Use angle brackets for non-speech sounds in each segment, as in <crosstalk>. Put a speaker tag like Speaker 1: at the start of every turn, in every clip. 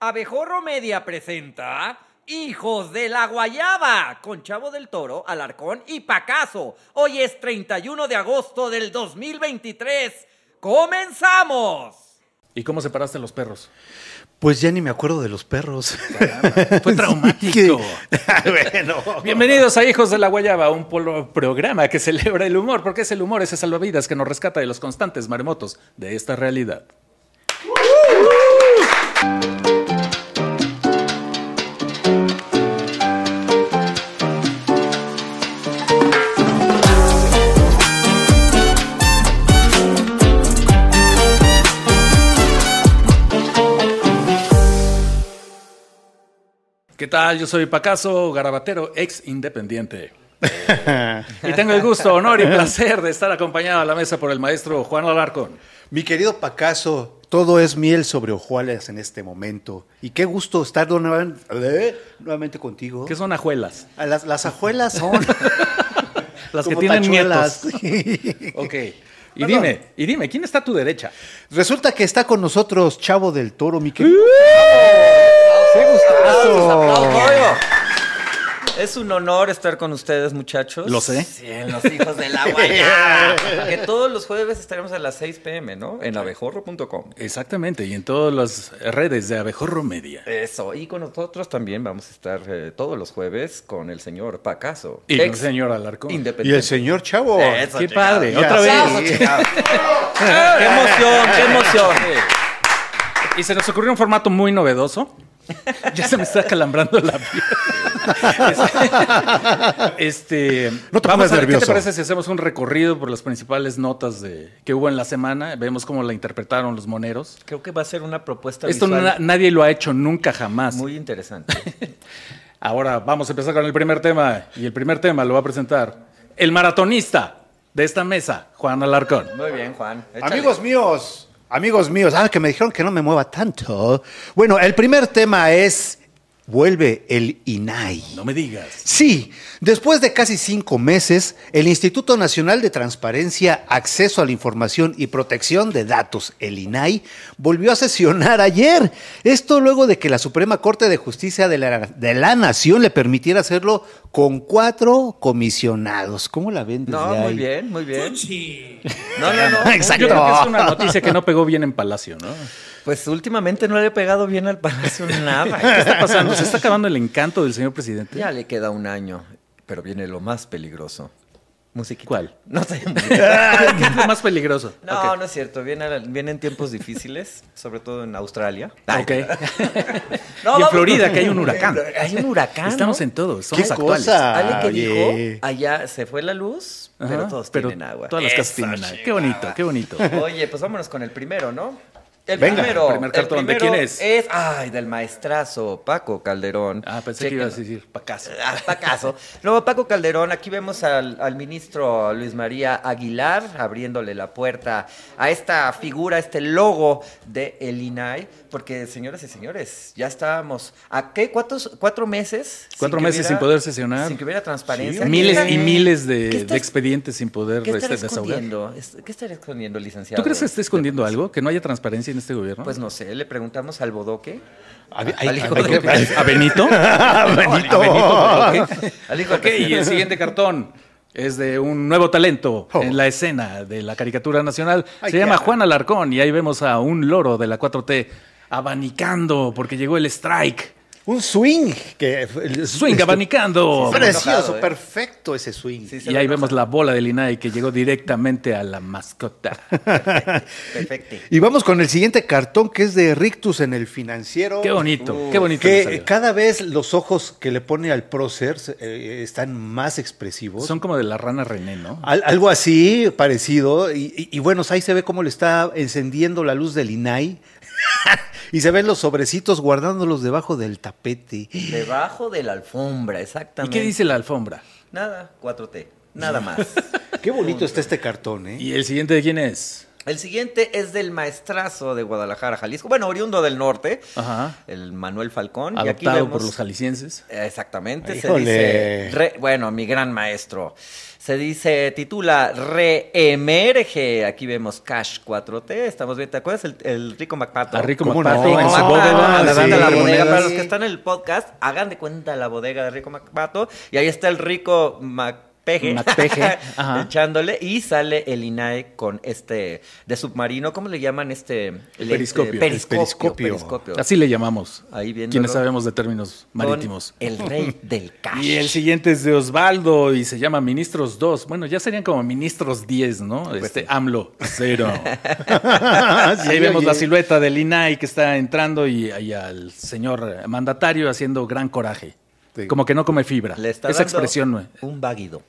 Speaker 1: Abejorro Media presenta Hijos de la Guayaba con Chavo del Toro, Alarcón y Pacaso. Hoy es 31 de agosto del 2023. ¡Comenzamos!
Speaker 2: ¿Y cómo separaste los perros?
Speaker 3: Pues ya ni me acuerdo de los <laughs> perros.
Speaker 2: <laughs> Fue traumático.
Speaker 3: bueno.
Speaker 2: Bienvenidos a Hijos de la Guayaba, un polo- programa que celebra el humor, porque es el humor ese salvavidas que nos rescata de los constantes maremotos de esta realidad. ¿Qué tal? Yo soy Pacaso Garabatero, ex
Speaker 3: <laughs>
Speaker 2: independiente. y tengo el gusto, honor y placer de estar acompañado a la mesa por el maestro Juan Alarcón.
Speaker 3: Mi querido Pacaso, todo es miel sobre hojuelas en este momento. Y qué gusto estar de nueva- ¿eh? nuevamente contigo.
Speaker 2: ¿Qué son ajuelas?
Speaker 3: Ah, Las, las ajuelas <laughs> son
Speaker 2: Las que
Speaker 3: como
Speaker 2: tienen
Speaker 3: tachuelas. <laughs>
Speaker 2: nietos. Ok. Y
Speaker 3: Perdón.
Speaker 2: dime, y dime, ¿quién está a tu derecha?
Speaker 3: Resulta que está con nosotros Chavo del Toro, mi querido. ¡Qué
Speaker 2: Oh.
Speaker 1: Es un honor estar con ustedes, muchachos.
Speaker 2: Lo sé.
Speaker 1: Sí, en los hijos de la
Speaker 2: <laughs>
Speaker 1: guayaba. que todos los jueves estaremos a las 6 pm, ¿no? En abejorro.com.
Speaker 2: Exactamente, y en todas las redes de Abejorro Media.
Speaker 1: Eso, y con nosotros también vamos a estar eh, todos los jueves con el señor Pacaso.
Speaker 2: Y
Speaker 1: ex
Speaker 2: el señor Alarcón.
Speaker 1: Independiente.
Speaker 3: Y el señor Chavo.
Speaker 1: Eso,
Speaker 2: Qué
Speaker 1: chingado.
Speaker 2: padre,
Speaker 3: Ya
Speaker 2: otra
Speaker 3: sé.
Speaker 2: vez.
Speaker 3: Sí.
Speaker 1: <laughs> ¡Qué emoción, qué emoción!
Speaker 2: Y se nos ocurrió un formato muy novedoso. Ya se me está calambrando la piel. Este,
Speaker 3: No te
Speaker 2: vamos
Speaker 3: pongas
Speaker 2: a ver, ¿Qué te
Speaker 3: nervioso.
Speaker 2: parece si hacemos un recorrido por las principales notas de, que hubo en la semana? Vemos cómo la interpretaron los moneros.
Speaker 1: Creo que va a ser una propuesta
Speaker 2: Esto
Speaker 1: visual
Speaker 2: na- nadie lo ha hecho nunca jamás.
Speaker 1: muy interesante.
Speaker 2: Ahora vamos a empezar con el primer tema. Y el primer tema lo va a presentar el maratonista de esta mesa, Juan Alarcón.
Speaker 1: Muy bien, Juan. échale.
Speaker 3: Amigos míos, amigos míos, ah, que me dijeron que no me mueva tanto. Bueno, el primer tema es vuelve el INAI.
Speaker 2: No me digas.
Speaker 3: Sí, después de casi cinco meses, el Instituto Nacional de Transparencia, Acceso a la Información y Protección de Datos, el INAI, volvió a sesionar ayer. Esto luego de que la Suprema Corte de Justicia de la, de la Nación le permitiera hacerlo con cuatro comisionados. ¿Cómo la ven? desde
Speaker 1: No, muy
Speaker 3: ahí?
Speaker 1: bien, muy bien. No, no,
Speaker 2: <laughs>
Speaker 1: no.
Speaker 3: Exacto.
Speaker 2: Yo creo que es una noticia que no pegó bien en Palacio, ¿no?
Speaker 1: Pues últimamente no le he pegado bien al Palacio
Speaker 2: ¿Qué
Speaker 1: nada. <laughs>
Speaker 2: está pasando? ¿Se está acabando el encanto del señor presidente?
Speaker 1: Ya le queda un año, pero viene lo más peligroso. Musiquita.
Speaker 2: ¿Cuál?
Speaker 1: No
Speaker 2: <laughs>
Speaker 1: sé.
Speaker 2: ¿Qué es lo más peligroso?
Speaker 1: No,
Speaker 2: Ok.
Speaker 1: no es cierto. Viene la- Vienen tiempos difíciles, sobre todo en Australia.
Speaker 2: Ok.
Speaker 1: No,
Speaker 2: Ah, <laughs> y en
Speaker 1: vamos-
Speaker 2: Florida, que hay un huracán.
Speaker 1: Hay un huracán.
Speaker 2: Estamos
Speaker 1: ¿no?
Speaker 2: en todo, somos
Speaker 3: ¿Qué
Speaker 2: actuales.
Speaker 3: cosa?
Speaker 1: Ale que
Speaker 3: Oye.
Speaker 1: dijo, allá se fue la luz,
Speaker 2: Ajá,
Speaker 1: pero todos
Speaker 2: pero
Speaker 1: tienen agua.
Speaker 2: Todas las casas
Speaker 1: Eso,
Speaker 2: tienen agua. Qué bonito,
Speaker 1: <laughs>
Speaker 2: qué bonito.
Speaker 1: chingada. Oye, pues vámonos con el primero, ¿no? El
Speaker 3: Venga.
Speaker 1: primero,
Speaker 2: El primer cartón, ¿de
Speaker 1: primero
Speaker 2: quién es?
Speaker 1: Ay, del maestrazo Paco Calderón.
Speaker 2: Ah, pensé que
Speaker 1: Chequen-
Speaker 2: ibas a decir pacaso.
Speaker 1: Ah, Pacaso. No, Paco Calderón, aquí vemos al, al ministro Luis María Aguilar abriéndole la puerta a esta figura, a este logo de el INAI, porque señoras y señores, ya estábamos, ¿a qué? ¿Cuántos, ¿Cuatro meses?
Speaker 2: Cuatro
Speaker 1: que
Speaker 2: meses sin poder sesionar.
Speaker 1: Sin que hubiera transparencia.
Speaker 2: Miles
Speaker 1: ¿Qué
Speaker 2: y
Speaker 1: está-
Speaker 2: miles de,
Speaker 1: ¿Qué
Speaker 2: de
Speaker 1: estás-
Speaker 2: expedientes sin poder
Speaker 1: ¿Qué
Speaker 2: este,
Speaker 1: estará
Speaker 2: desahogar.
Speaker 1: escondiendo? Es- ¿Qué estará escondiendo, licenciado?
Speaker 2: ¿Tú crees que esté escondiendo algo? ¿Que no haya transparencia en este gobierno?
Speaker 1: Pues no sé, le preguntamos al bodoque.
Speaker 3: A- ay,
Speaker 1: al hijo
Speaker 3: ay,
Speaker 1: de-
Speaker 3: ay,
Speaker 2: ¿A
Speaker 3: <laughs>
Speaker 2: Benito?
Speaker 3: Ah, Benito.
Speaker 1: Al hijo del
Speaker 2: Ok, y el
Speaker 1: presidente.
Speaker 2: siguiente cartón es de un nuevo talento
Speaker 3: Oh.
Speaker 2: en la escena de la caricatura nacional. Se
Speaker 3: Ay,
Speaker 2: llama
Speaker 3: ya.
Speaker 2: Juan Alarcón y ahí vemos a un loro de la 4T abanicando porque llegó el strike.
Speaker 3: Un swing. Que, este,
Speaker 2: Swing abanicando.
Speaker 1: Sí, sí,
Speaker 3: Precioso,
Speaker 1: enojado, ¿eh?
Speaker 3: perfecto ese swing.
Speaker 1: Sí, se
Speaker 2: Y
Speaker 1: lo
Speaker 2: ahí
Speaker 1: enoja.
Speaker 2: vemos la bola del INAI que llegó directamente a la mascota.
Speaker 1: Perfecto.
Speaker 3: Y vamos con el siguiente cartón que es de Rictus en el financiero.
Speaker 2: Qué bonito,
Speaker 1: Uf.
Speaker 3: Oh.
Speaker 2: qué bonito. nos
Speaker 3: Que
Speaker 2: salió.
Speaker 3: cada vez los ojos que le pone al prócer eh, están más expresivos.
Speaker 2: Son como de la rana René, ¿no?
Speaker 3: Al- algo así parecido. Y, y- y bueno, ahí se ve cómo le está encendiendo la luz del INAI. <laughs> y se ven los sobrecitos guardándolos debajo del tapete.
Speaker 1: Debajo de la alfombra,
Speaker 2: ¿Y
Speaker 1: exactamente.
Speaker 2: qué dice la alfombra?
Speaker 1: Nada, 4T. Nada más.
Speaker 3: Qué bonito está este cartón, ¿eh?
Speaker 2: ¿Y el siguiente de quién es?
Speaker 1: El siguiente es del maestrazo de Guadalajara, Jalisco. Bueno, oriundo del norte,
Speaker 2: Ajá.
Speaker 1: el Manuel Falcón. y aquí
Speaker 2: Adoptado
Speaker 1: vemos,
Speaker 2: por los jaliscienses.
Speaker 1: Exactamente,
Speaker 3: Híjole.
Speaker 1: se dice, re- bueno, mi gran maestro, se dice, titula Reemerge, aquí vemos Cash 4T, estamos bien, ¿te acuerdas el, el Rico MacPato?
Speaker 2: A Rico
Speaker 3: ¿Cómo
Speaker 2: Macpato
Speaker 3: no?
Speaker 2: en su
Speaker 3: Ah,
Speaker 2: bóveda.
Speaker 1: a la banda
Speaker 3: sí.
Speaker 1: La Bodega, para los
Speaker 3: Sí.
Speaker 1: que están en el podcast, hagan de cuenta la bodega de Rico Macpato, y ahí está el Rico Macpeje, <laughs>
Speaker 2: Macpeje, ajá.
Speaker 1: echándole, y sale el INAE con este, de submarino, ¿cómo le llaman este? lente?
Speaker 2: periscopio. El
Speaker 1: periscopio,
Speaker 3: periscopio.
Speaker 1: periscopio.
Speaker 2: Así le llamamos.
Speaker 1: Ahí viéndolo.
Speaker 2: Quienes sabemos de términos
Speaker 1: Con
Speaker 2: marítimos.
Speaker 1: El rey
Speaker 2: <laughs>
Speaker 1: del cash.
Speaker 2: Y el siguiente es de Osvaldo y se llama Ministros 2. Bueno, ya serían como Ministros 10, ¿no?
Speaker 1: Pues
Speaker 2: este AMLO
Speaker 1: <laughs>
Speaker 2: 0.
Speaker 3: Ah, Sí,
Speaker 2: ahí vemos
Speaker 3: oye.
Speaker 2: la silueta del INAI que está entrando y, y al señor mandatario haciendo gran coraje.
Speaker 3: Sí.
Speaker 2: Como que no come fibra.
Speaker 1: Le está
Speaker 2: Esa
Speaker 1: dando
Speaker 2: expresión, ¿no?
Speaker 1: Un váguido.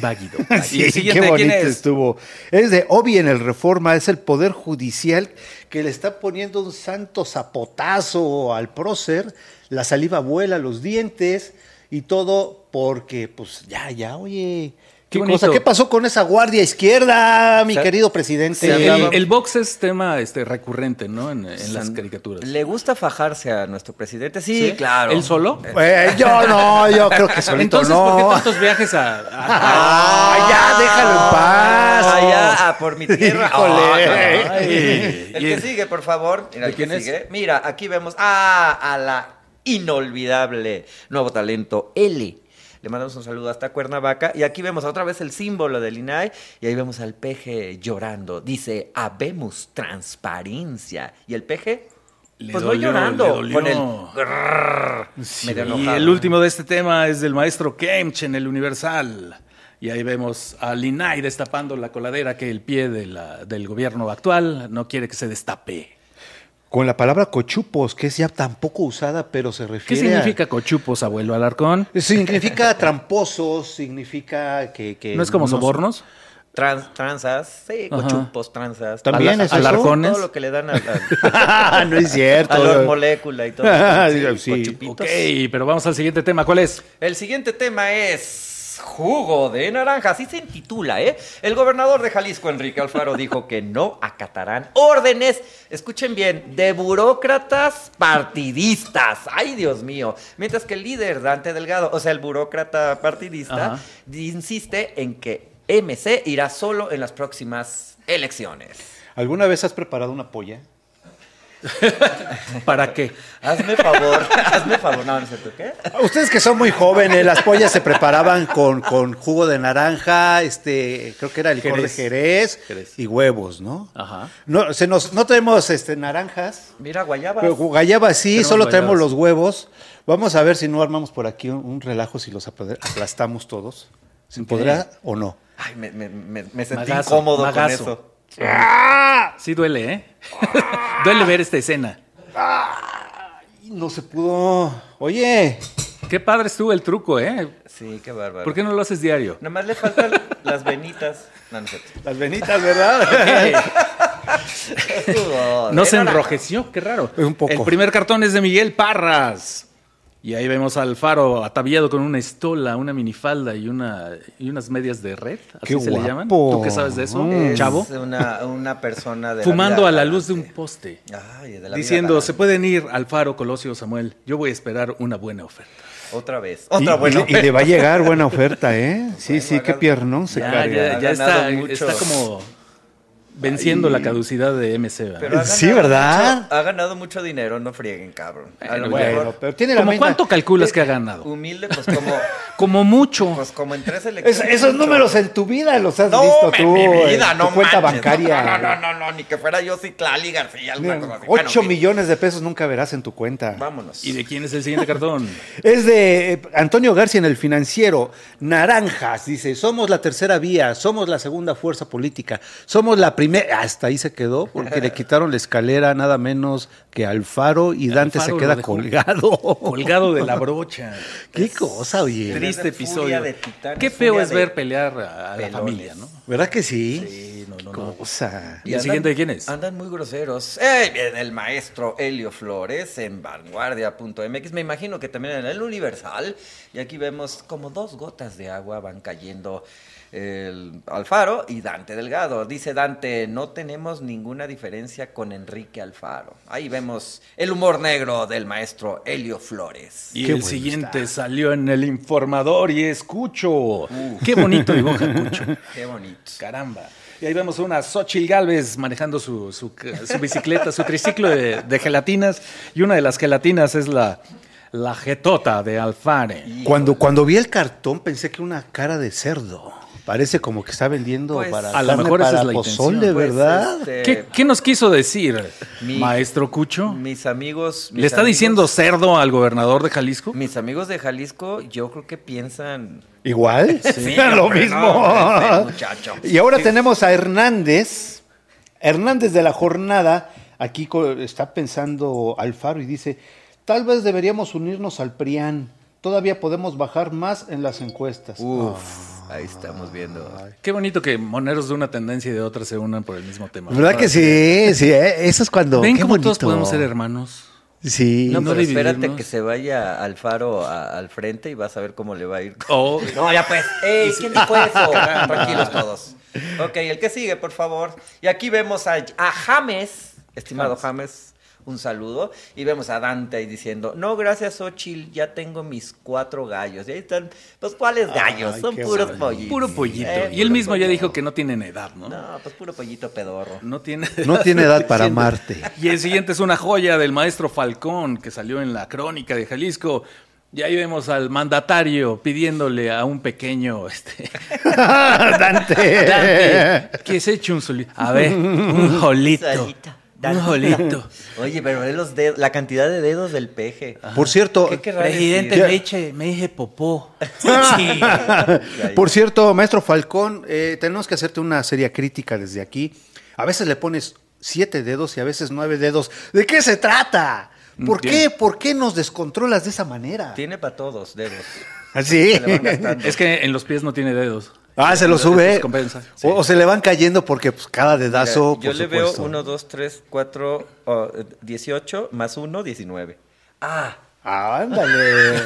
Speaker 1: <laughs>
Speaker 2: váguido.
Speaker 3: Sí,
Speaker 2: Y el siguiente,
Speaker 3: qué
Speaker 2: ¿quién
Speaker 3: bonito
Speaker 2: es?
Speaker 3: estuvo. Es de Obi en el Reforma, es el Poder Judicial que le está poniendo un santo zapotazo al prócer, la saliva vuela, los dientes y todo porque, pues ya, ya, oye.
Speaker 2: Qué
Speaker 3: ¿Qué,
Speaker 2: bonito.
Speaker 3: cosa? ¿Qué pasó con esa guardia izquierda, mi
Speaker 1: Se-
Speaker 3: querido presidente?
Speaker 1: se
Speaker 2: El,
Speaker 1: hablaba-
Speaker 2: el box es tema este, recurrente, ¿no? En, en las
Speaker 1: San-
Speaker 2: caricaturas.
Speaker 1: ¿Le gusta fajarse a nuestro presidente? Sí,
Speaker 2: ¿Sí?
Speaker 1: claro.
Speaker 2: ¿Él solo?
Speaker 3: Eh, yo no, yo creo que solito
Speaker 2: Entonces,
Speaker 3: no.
Speaker 2: ¿por qué tantos viajes a- a- a
Speaker 3: Ah, ya, déjalo en paz.
Speaker 1: Ah, ya, ah, por mi
Speaker 2: <laughs>
Speaker 1: tierra.
Speaker 3: Híjole.
Speaker 1: Ah,
Speaker 2: Ay.
Speaker 1: El que sigue, por favor. Mira,
Speaker 2: ¿De
Speaker 1: el que
Speaker 2: quién es?
Speaker 1: sigue. Mira, aquí vemos ah, a la inolvidable nuevo talento Eli. Le mandamos un saludo hasta Cuernavaca. Y aquí vemos otra vez el símbolo del INAI. Y ahí vemos al peje llorando. Dice, habemos transparencia. Y el peje,
Speaker 2: Le
Speaker 1: pues
Speaker 2: dolió,
Speaker 1: voy llorando.
Speaker 2: le dolió.
Speaker 1: Con el grrrr, medio
Speaker 2: Y
Speaker 1: enojado.
Speaker 2: el último de este tema es del maestro Kemch en el Universal. Y ahí vemos a Linay destapando la coladera que el pie de la- del gobierno actual no quiere que se destape.
Speaker 3: Con la palabra cochupos, que es ya tan poco usada, pero se
Speaker 2: ¿Qué
Speaker 3: refiere a-
Speaker 2: significa cochupos, abuelo Alarcón?
Speaker 3: Significa tramposos, significa que... que
Speaker 2: ¿No es como
Speaker 3: son-
Speaker 2: sobornos?
Speaker 1: Trans, transas, sí,
Speaker 2: Ajá.
Speaker 1: cochumpos, transas.
Speaker 3: También
Speaker 1: Ala-
Speaker 3: es eso.
Speaker 1: Alarcones. Todo lo que le dan al, al-
Speaker 3: <laughs> no es cierto.
Speaker 1: a la molécula y todo.
Speaker 3: <laughs> Ah,
Speaker 1: Sí,
Speaker 3: sí.
Speaker 1: cochupitos.
Speaker 2: Ok, pero vamos al siguiente tema. ¿Cuál es?
Speaker 1: El siguiente tema es jugo de naranja, así se intitula, ¿eh? El gobernador de Jalisco, Enrique Alfaro, <laughs> dijo que no acatarán órdenes, escuchen bien, de burócratas partidistas. Ay, Dios mío. Mientras que el líder, Dante Delgado, o sea, el burócrata partidista,
Speaker 2: Ajá.
Speaker 1: insiste en que MC irá solo en las próximas elecciones.
Speaker 3: ¿Alguna vez has preparado una polla?
Speaker 2: ¿Para qué? <laughs>
Speaker 1: Hazme favor, hazme favor. No, no sé tú qué.
Speaker 3: Ah, Ustedes que son muy jóvenes, las pollas se preparaban con, con jugo de naranja, este, creo que era licor
Speaker 2: Jerez.
Speaker 3: de Jerez,
Speaker 2: Jerez.
Speaker 3: y huevos, ¿no?
Speaker 2: Ajá.
Speaker 3: No, se nos, no tenemos este, naranjas,
Speaker 1: Mira, guayabas.
Speaker 3: pero gallaba sí,
Speaker 2: Tenemos
Speaker 3: solo tenemos
Speaker 2: guayabas.
Speaker 3: los huevos. Vamos a ver si no armamos por aquí un, un relajo, si los apl- aplastamos todos. ¿Se podrá o no?
Speaker 1: Ay, me, me- me- me sentí
Speaker 2: Magazo,
Speaker 1: incómodo
Speaker 2: magazo.
Speaker 1: con eso.
Speaker 2: Sí duele, ¿eh? <laughs> duele ver esta escena.
Speaker 3: Ay, No se pudo. Oye,
Speaker 2: Qué padre estuvo el truco, ¿eh?
Speaker 1: Sí, qué bárbaro.
Speaker 2: ¿Por qué no lo haces diario?
Speaker 1: Nada más le faltan las venitas. No, no es
Speaker 3: <laughs>
Speaker 1: cierto.
Speaker 3: las venitas, ¿verdad?
Speaker 1: Joder,
Speaker 2: No se
Speaker 1: ahora.
Speaker 2: enrojeció, qué raro.
Speaker 3: Un poco.
Speaker 2: El primer cartón es de Miguel Parras. Y ahí vemos al faro ataviado con una estola, una minifalda y, una, y unas medias de red. Así
Speaker 3: Qué
Speaker 2: se le llaman.
Speaker 3: guapo.
Speaker 2: ¿Tú qué sabes de eso, eh,
Speaker 3: Mm.
Speaker 1: Es
Speaker 2: chavo?
Speaker 1: Una, una persona de.
Speaker 2: Fumando
Speaker 1: vida
Speaker 2: a la luz de un
Speaker 1: galante.
Speaker 2: poste.
Speaker 1: Ay, de la vida
Speaker 2: Diciendo,
Speaker 1: galante.
Speaker 2: se pueden ir al faro Colosio Samuel. Yo voy a esperar una buena oferta.
Speaker 1: Otra vez.
Speaker 3: Y-
Speaker 1: Otra
Speaker 3: y,
Speaker 1: buena.
Speaker 3: le- y le va a llegar buena oferta,
Speaker 1: <laughs>
Speaker 3: ¿eh? Sí, sí, qué
Speaker 1: hagan-
Speaker 3: piernón se
Speaker 2: Ya,
Speaker 3: carga.
Speaker 2: ya,
Speaker 1: Ha
Speaker 2: ya está,
Speaker 1: ganado mucho.
Speaker 2: está como venciendo la caducidad de MC. ¿verdad?
Speaker 1: Pero ha ganado
Speaker 3: Sí, ¿verdad?
Speaker 1: mucho- ha ganado mucho dinero, no frieguen, cabrón. A lo
Speaker 2: Bueno,
Speaker 1: mejor,
Speaker 3: Bueno, pero tiene la
Speaker 2: ¿Cómo
Speaker 3: misma-
Speaker 2: cuánto calculas que ha ganado?
Speaker 1: humilde, pues como,
Speaker 2: Como mucho.
Speaker 1: pues como en tres
Speaker 3: Es-
Speaker 1: elecciones.
Speaker 3: esos
Speaker 1: mucho.
Speaker 3: números en tu vida los has
Speaker 1: No,
Speaker 3: visto
Speaker 1: me-
Speaker 3: tú.
Speaker 1: mi
Speaker 3: en
Speaker 1: vida,
Speaker 3: tu
Speaker 1: no
Speaker 3: cuenta
Speaker 1: manches,
Speaker 3: bancaria.
Speaker 1: No, no, no, no, no, ni que fuera yo Citlali García, alguna cosa así.
Speaker 3: 8
Speaker 1: Bueno, en fin,
Speaker 3: millones de pesos nunca verás en tu cuenta.
Speaker 1: Vámonos.
Speaker 2: ¿Y de quién es el siguiente cartón?
Speaker 3: Es de eh, Antonio García en el financiero. Naranjas, dice, somos la tercera vía, somos la segunda fuerza política, somos la primera. Hasta ahí se quedó porque
Speaker 1: <laughs>
Speaker 3: le quitaron la escalera nada menos que Alfaro y Dante
Speaker 2: Alfaro
Speaker 3: se
Speaker 2: lo
Speaker 3: queda
Speaker 2: dejó
Speaker 3: colgado.
Speaker 2: Colgado de la brocha.
Speaker 3: <laughs> Qué cosa, oye.
Speaker 1: Furia de
Speaker 2: <laughs> Triste episodio.
Speaker 1: titanes,
Speaker 2: Qué feo
Speaker 1: furia
Speaker 2: es
Speaker 1: de
Speaker 2: ver pelear a, a la
Speaker 1: pelones.
Speaker 2: familia, ¿no?
Speaker 3: ¿Verdad que sí?
Speaker 2: Sí, no, no,
Speaker 3: Qué
Speaker 2: no.
Speaker 3: cosa.
Speaker 2: ¿Y el siguiente de quién es?
Speaker 1: Andan muy groseros. Eh, bien, el maestro Helio Flores en vanguardia.mx. Me imagino que también en el Universal. Y aquí vemos como dos gotas de agua van cayendo el Alfaro y Dante Delgado. Dice Dante, no tenemos ninguna diferencia con Enrique Alfaro. Ahí vemos el humor negro del maestro Helio Flores.
Speaker 2: Y
Speaker 3: Qué
Speaker 2: el
Speaker 3: bueno
Speaker 2: siguiente
Speaker 3: está.
Speaker 2: salió en el informador y escucho.
Speaker 1: Uh.
Speaker 2: Qué bonito dibuja Cucho.
Speaker 1: Qué bonito.
Speaker 2: <laughs> Caramba. Y ahí vemos una Xochitl Galvez manejando su, su- su bicicleta, su triciclo de, de gelatinas. Y una de las gelatinas es la, la jetota de Alfare.
Speaker 3: Cuando, cuando vi el cartón pensé que una cara de cerdo. Parece como que está vendiendo
Speaker 1: Pues,
Speaker 3: para
Speaker 1: a
Speaker 2: lo mejor esa
Speaker 3: para
Speaker 2: es la
Speaker 3: pozole,
Speaker 2: intención.
Speaker 1: Pues,
Speaker 3: ¿verdad?
Speaker 1: este,
Speaker 2: ¿Qué, qué nos quiso decir,
Speaker 1: Mi-
Speaker 2: maestro Cucho?
Speaker 1: Mis amigos. mis
Speaker 2: ¿Le está
Speaker 1: amigos-
Speaker 2: diciendo cerdo al gobernador de Jalisco?
Speaker 1: Mis amigos de Jalisco, yo creo que piensan.
Speaker 3: Igual,
Speaker 1: Sí,
Speaker 3: era <laughs> lo
Speaker 1: hombre,
Speaker 3: mismo.
Speaker 1: no, este muchacho.
Speaker 3: Y ahora tenemos a Hernández, Hernández de la jornada, aquí co- está pensando Alfaro y dice, tal vez deberíamos unirnos al PRIAN, todavía podemos bajar más en las encuestas.
Speaker 1: Uf, ahí estamos viendo.
Speaker 2: Qué bonito que moneros de una tendencia y de otra se unan por el mismo tema.
Speaker 3: ¿Verdad que sí? Sí, eh, eso es cuando...
Speaker 2: ¿Ven
Speaker 3: qué
Speaker 2: cómo todos
Speaker 3: bonito.
Speaker 2: podemos ser hermanos?
Speaker 3: Sí.
Speaker 1: No,
Speaker 2: no
Speaker 1: pero espérate
Speaker 2: dividirnos.
Speaker 1: que se vaya Alfaro a- al frente y vas a ver cómo le va a ir.
Speaker 2: Oh,
Speaker 1: <laughs> No, ya pues. ¡Ey! ¿Quién dijo <laughs> eso? Tranquilos todos. Ok, el que sigue, por favor. Y aquí vemos a, a James, estimado James, un saludo. Y vemos a Dante ahí diciendo, no, gracias, Ochil, ya tengo mis cuatro gallos. Y ahí están, pues, ¿cuáles gallos?
Speaker 3: Ay,
Speaker 1: Son
Speaker 3: qué
Speaker 1: puros
Speaker 3: bueno.
Speaker 1: pollitos.
Speaker 2: <laughs> puro pollito.
Speaker 1: Eh,
Speaker 2: y él
Speaker 1: puro
Speaker 2: mismo ya
Speaker 1: pollo.
Speaker 2: dijo que no tienen edad, ¿no?
Speaker 1: No, pues puro pollito pedorro.
Speaker 2: No tiene
Speaker 3: <laughs> No tiene edad
Speaker 2: <laughs>
Speaker 3: para
Speaker 1: <laughs>
Speaker 2: Siendo-
Speaker 3: amarte.
Speaker 2: Y el siguiente es una joya del maestro Falcón que salió en la crónica de Jalisco. Y ahí vemos al mandatario pidiéndole a un pequeño
Speaker 3: <laughs>
Speaker 2: este,
Speaker 3: Dante.
Speaker 2: Dante que se eche un solito. A ver,
Speaker 3: <laughs>
Speaker 2: un jolito.
Speaker 1: Solito,
Speaker 2: Un
Speaker 1: Dante.
Speaker 2: jolito.
Speaker 1: Oye, pero ve los dedos, la cantidad de dedos del peje.
Speaker 3: Por cierto,
Speaker 1: ¿Qué querrá
Speaker 2: Presidente,
Speaker 1: decir?
Speaker 2: me dije, me dije popó.
Speaker 3: <laughs>
Speaker 2: Sí.
Speaker 3: Por cierto, maestro Falcón, eh, tenemos que hacerte una seria crítica desde aquí. A veces le pones siete dedos y a veces nueve dedos. ¿De qué se trata? ¿Por qué?
Speaker 2: Entiendo.
Speaker 3: ¿Por qué nos descontrolas de esa manera?
Speaker 1: Tiene para todos dedos.
Speaker 3: Así.
Speaker 1: Se le van gastando.
Speaker 2: Es que en los pies no tiene dedos.
Speaker 3: <laughs> Ah, se lo
Speaker 2: Eso
Speaker 3: sube.
Speaker 2: descompensa.
Speaker 3: O, o se le van cayendo porque pues, cada
Speaker 1: Mira,
Speaker 3: dedazo.
Speaker 1: yo
Speaker 3: por
Speaker 1: le
Speaker 3: supuesto.
Speaker 1: veo 1, 2, 3, 4, 18 oh, más 1, 19. Ah, <laughs>
Speaker 3: Ándale.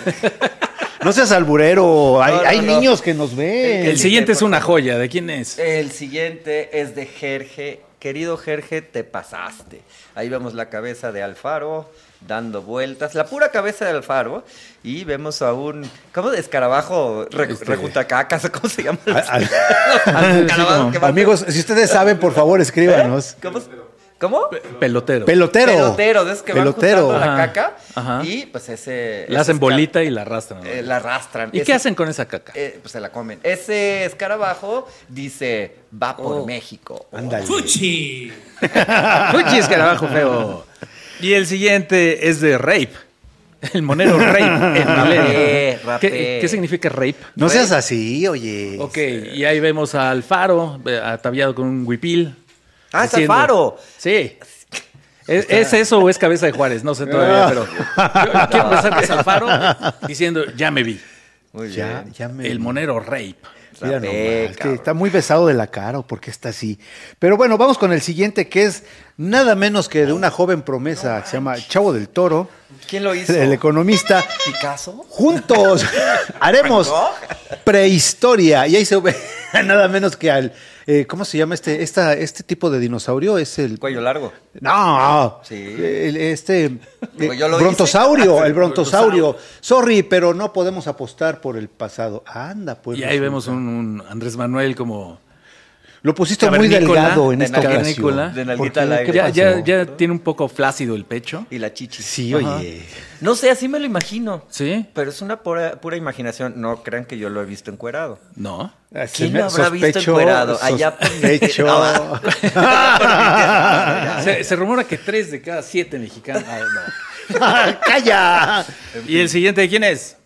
Speaker 3: no seas alburero. Hay,
Speaker 1: No, no,
Speaker 3: hay
Speaker 1: no.
Speaker 3: niños que nos ven.
Speaker 2: El siguiente es una joya. ¿De quién es?
Speaker 1: el siguiente es de Jerge. Querido Jerge, te pasaste. Ahí vemos la cabeza de Alfaro dando vueltas, la pura cabeza de Alfaro. Y vemos a un. ¿Cómo de escarabajo? Re-
Speaker 2: Este-
Speaker 1: Rejuntacacas, ¿Cómo se llama? <laughs>
Speaker 3: A- <laughs> al-
Speaker 1: Al escarabajo
Speaker 2: como-
Speaker 1: que va-
Speaker 3: Amigos, si ustedes saben, por favor, escríbanos.
Speaker 1: <laughs> ¿Cómo? ¿Cómo?
Speaker 2: Pelotero.
Speaker 3: Pelotero.
Speaker 1: Pelotero, de esos que
Speaker 3: Pelotero.
Speaker 1: van juntando la
Speaker 2: Ajá,
Speaker 1: caca
Speaker 2: ajá.
Speaker 1: y pues ese...
Speaker 2: La
Speaker 1: ese
Speaker 2: hacen
Speaker 1: esca-
Speaker 2: bolita y la arrastran.
Speaker 1: eh, la arrastran.
Speaker 2: ¿Y
Speaker 1: Ese-
Speaker 2: qué hacen con esa caca?
Speaker 1: eh, pues se la comen. Ese escarabajo dice, va por México.
Speaker 3: Oh. Ándale. Ah.
Speaker 2: Uy, escarabajo feo. Ah. <laughs> Y el siguiente es de rape. El monero rape. <laughs> el
Speaker 1: Rapé,
Speaker 2: monero.
Speaker 1: rapé.
Speaker 2: ¿Qué, qué significa rape?
Speaker 3: No seas así, oye.
Speaker 2: Ok, y ahí vemos a Alfaro eh, ataviado con un huipil.
Speaker 1: Ah, es
Speaker 2: haciendo-
Speaker 1: Alfaro.
Speaker 2: Sí. ¿Es, es eso o es cabeza de Juárez? No sé todavía, pero yo- yo quiero pensar que es <laughs> Alfaro diciendo, ya me vi.
Speaker 1: Muy
Speaker 3: Ya,
Speaker 1: bien.
Speaker 3: ya me.
Speaker 2: El monero rape.
Speaker 3: Mira
Speaker 1: Rapé,
Speaker 3: nomás, que
Speaker 1: cabrón.
Speaker 3: está muy besado de la cara o porque está así. Pero bueno, vamos con el siguiente que es nada menos que de una joven promesa que se llama Chavo del Toro,
Speaker 1: ¿Quién lo hizo?
Speaker 3: el economista.
Speaker 1: ¿Picasso? <laughs>
Speaker 3: Juntos haremos prehistoria. Y ahí se ve <laughs> nada menos que al. eh, ¿Cómo se llama este, esta, este tipo de dinosaurio? Es el.
Speaker 1: El cuello largo.
Speaker 3: No,
Speaker 1: Sí.
Speaker 3: el- este
Speaker 1: Digo,
Speaker 3: eh,
Speaker 1: yo lo
Speaker 3: brontosaurio,
Speaker 1: hice. <laughs>
Speaker 3: el brontosaurio. Sorry, pero no podemos apostar por el pasado. Anda, pues.
Speaker 2: Y ahí
Speaker 3: resulta.
Speaker 2: vemos un, un Andrés Manuel como...
Speaker 3: Lo pusiste muy
Speaker 2: Cavernícola,
Speaker 3: delgado en
Speaker 1: de
Speaker 3: esta
Speaker 2: cavernícola.
Speaker 3: ocasión.
Speaker 1: De nalguita
Speaker 3: ¿Por qué?
Speaker 1: al aire.
Speaker 3: ¿Qué
Speaker 2: Ya, ya,
Speaker 3: pasó?
Speaker 2: ya tiene un poco flácido el pecho.
Speaker 1: Y la chichi.
Speaker 3: Sí,
Speaker 2: Ajá.
Speaker 3: oye.
Speaker 1: No sé, así me lo imagino.
Speaker 2: ¿Sí?
Speaker 1: Pero es una pura, pura imaginación. No crean que yo lo he visto encuerado.
Speaker 2: No.
Speaker 1: ¿Quién lo habrá visto
Speaker 3: Ah, Sospecho,
Speaker 1: encuerado? Allá por <laughs> mi
Speaker 3: sospecho.
Speaker 1: tierra.
Speaker 3: <laughs>
Speaker 1: Ah,
Speaker 2: Se, se rumora que tres de cada siete mexicanos. <laughs> Ah, no.
Speaker 3: ¡Calla!
Speaker 2: ¿Y el siguiente de quién es?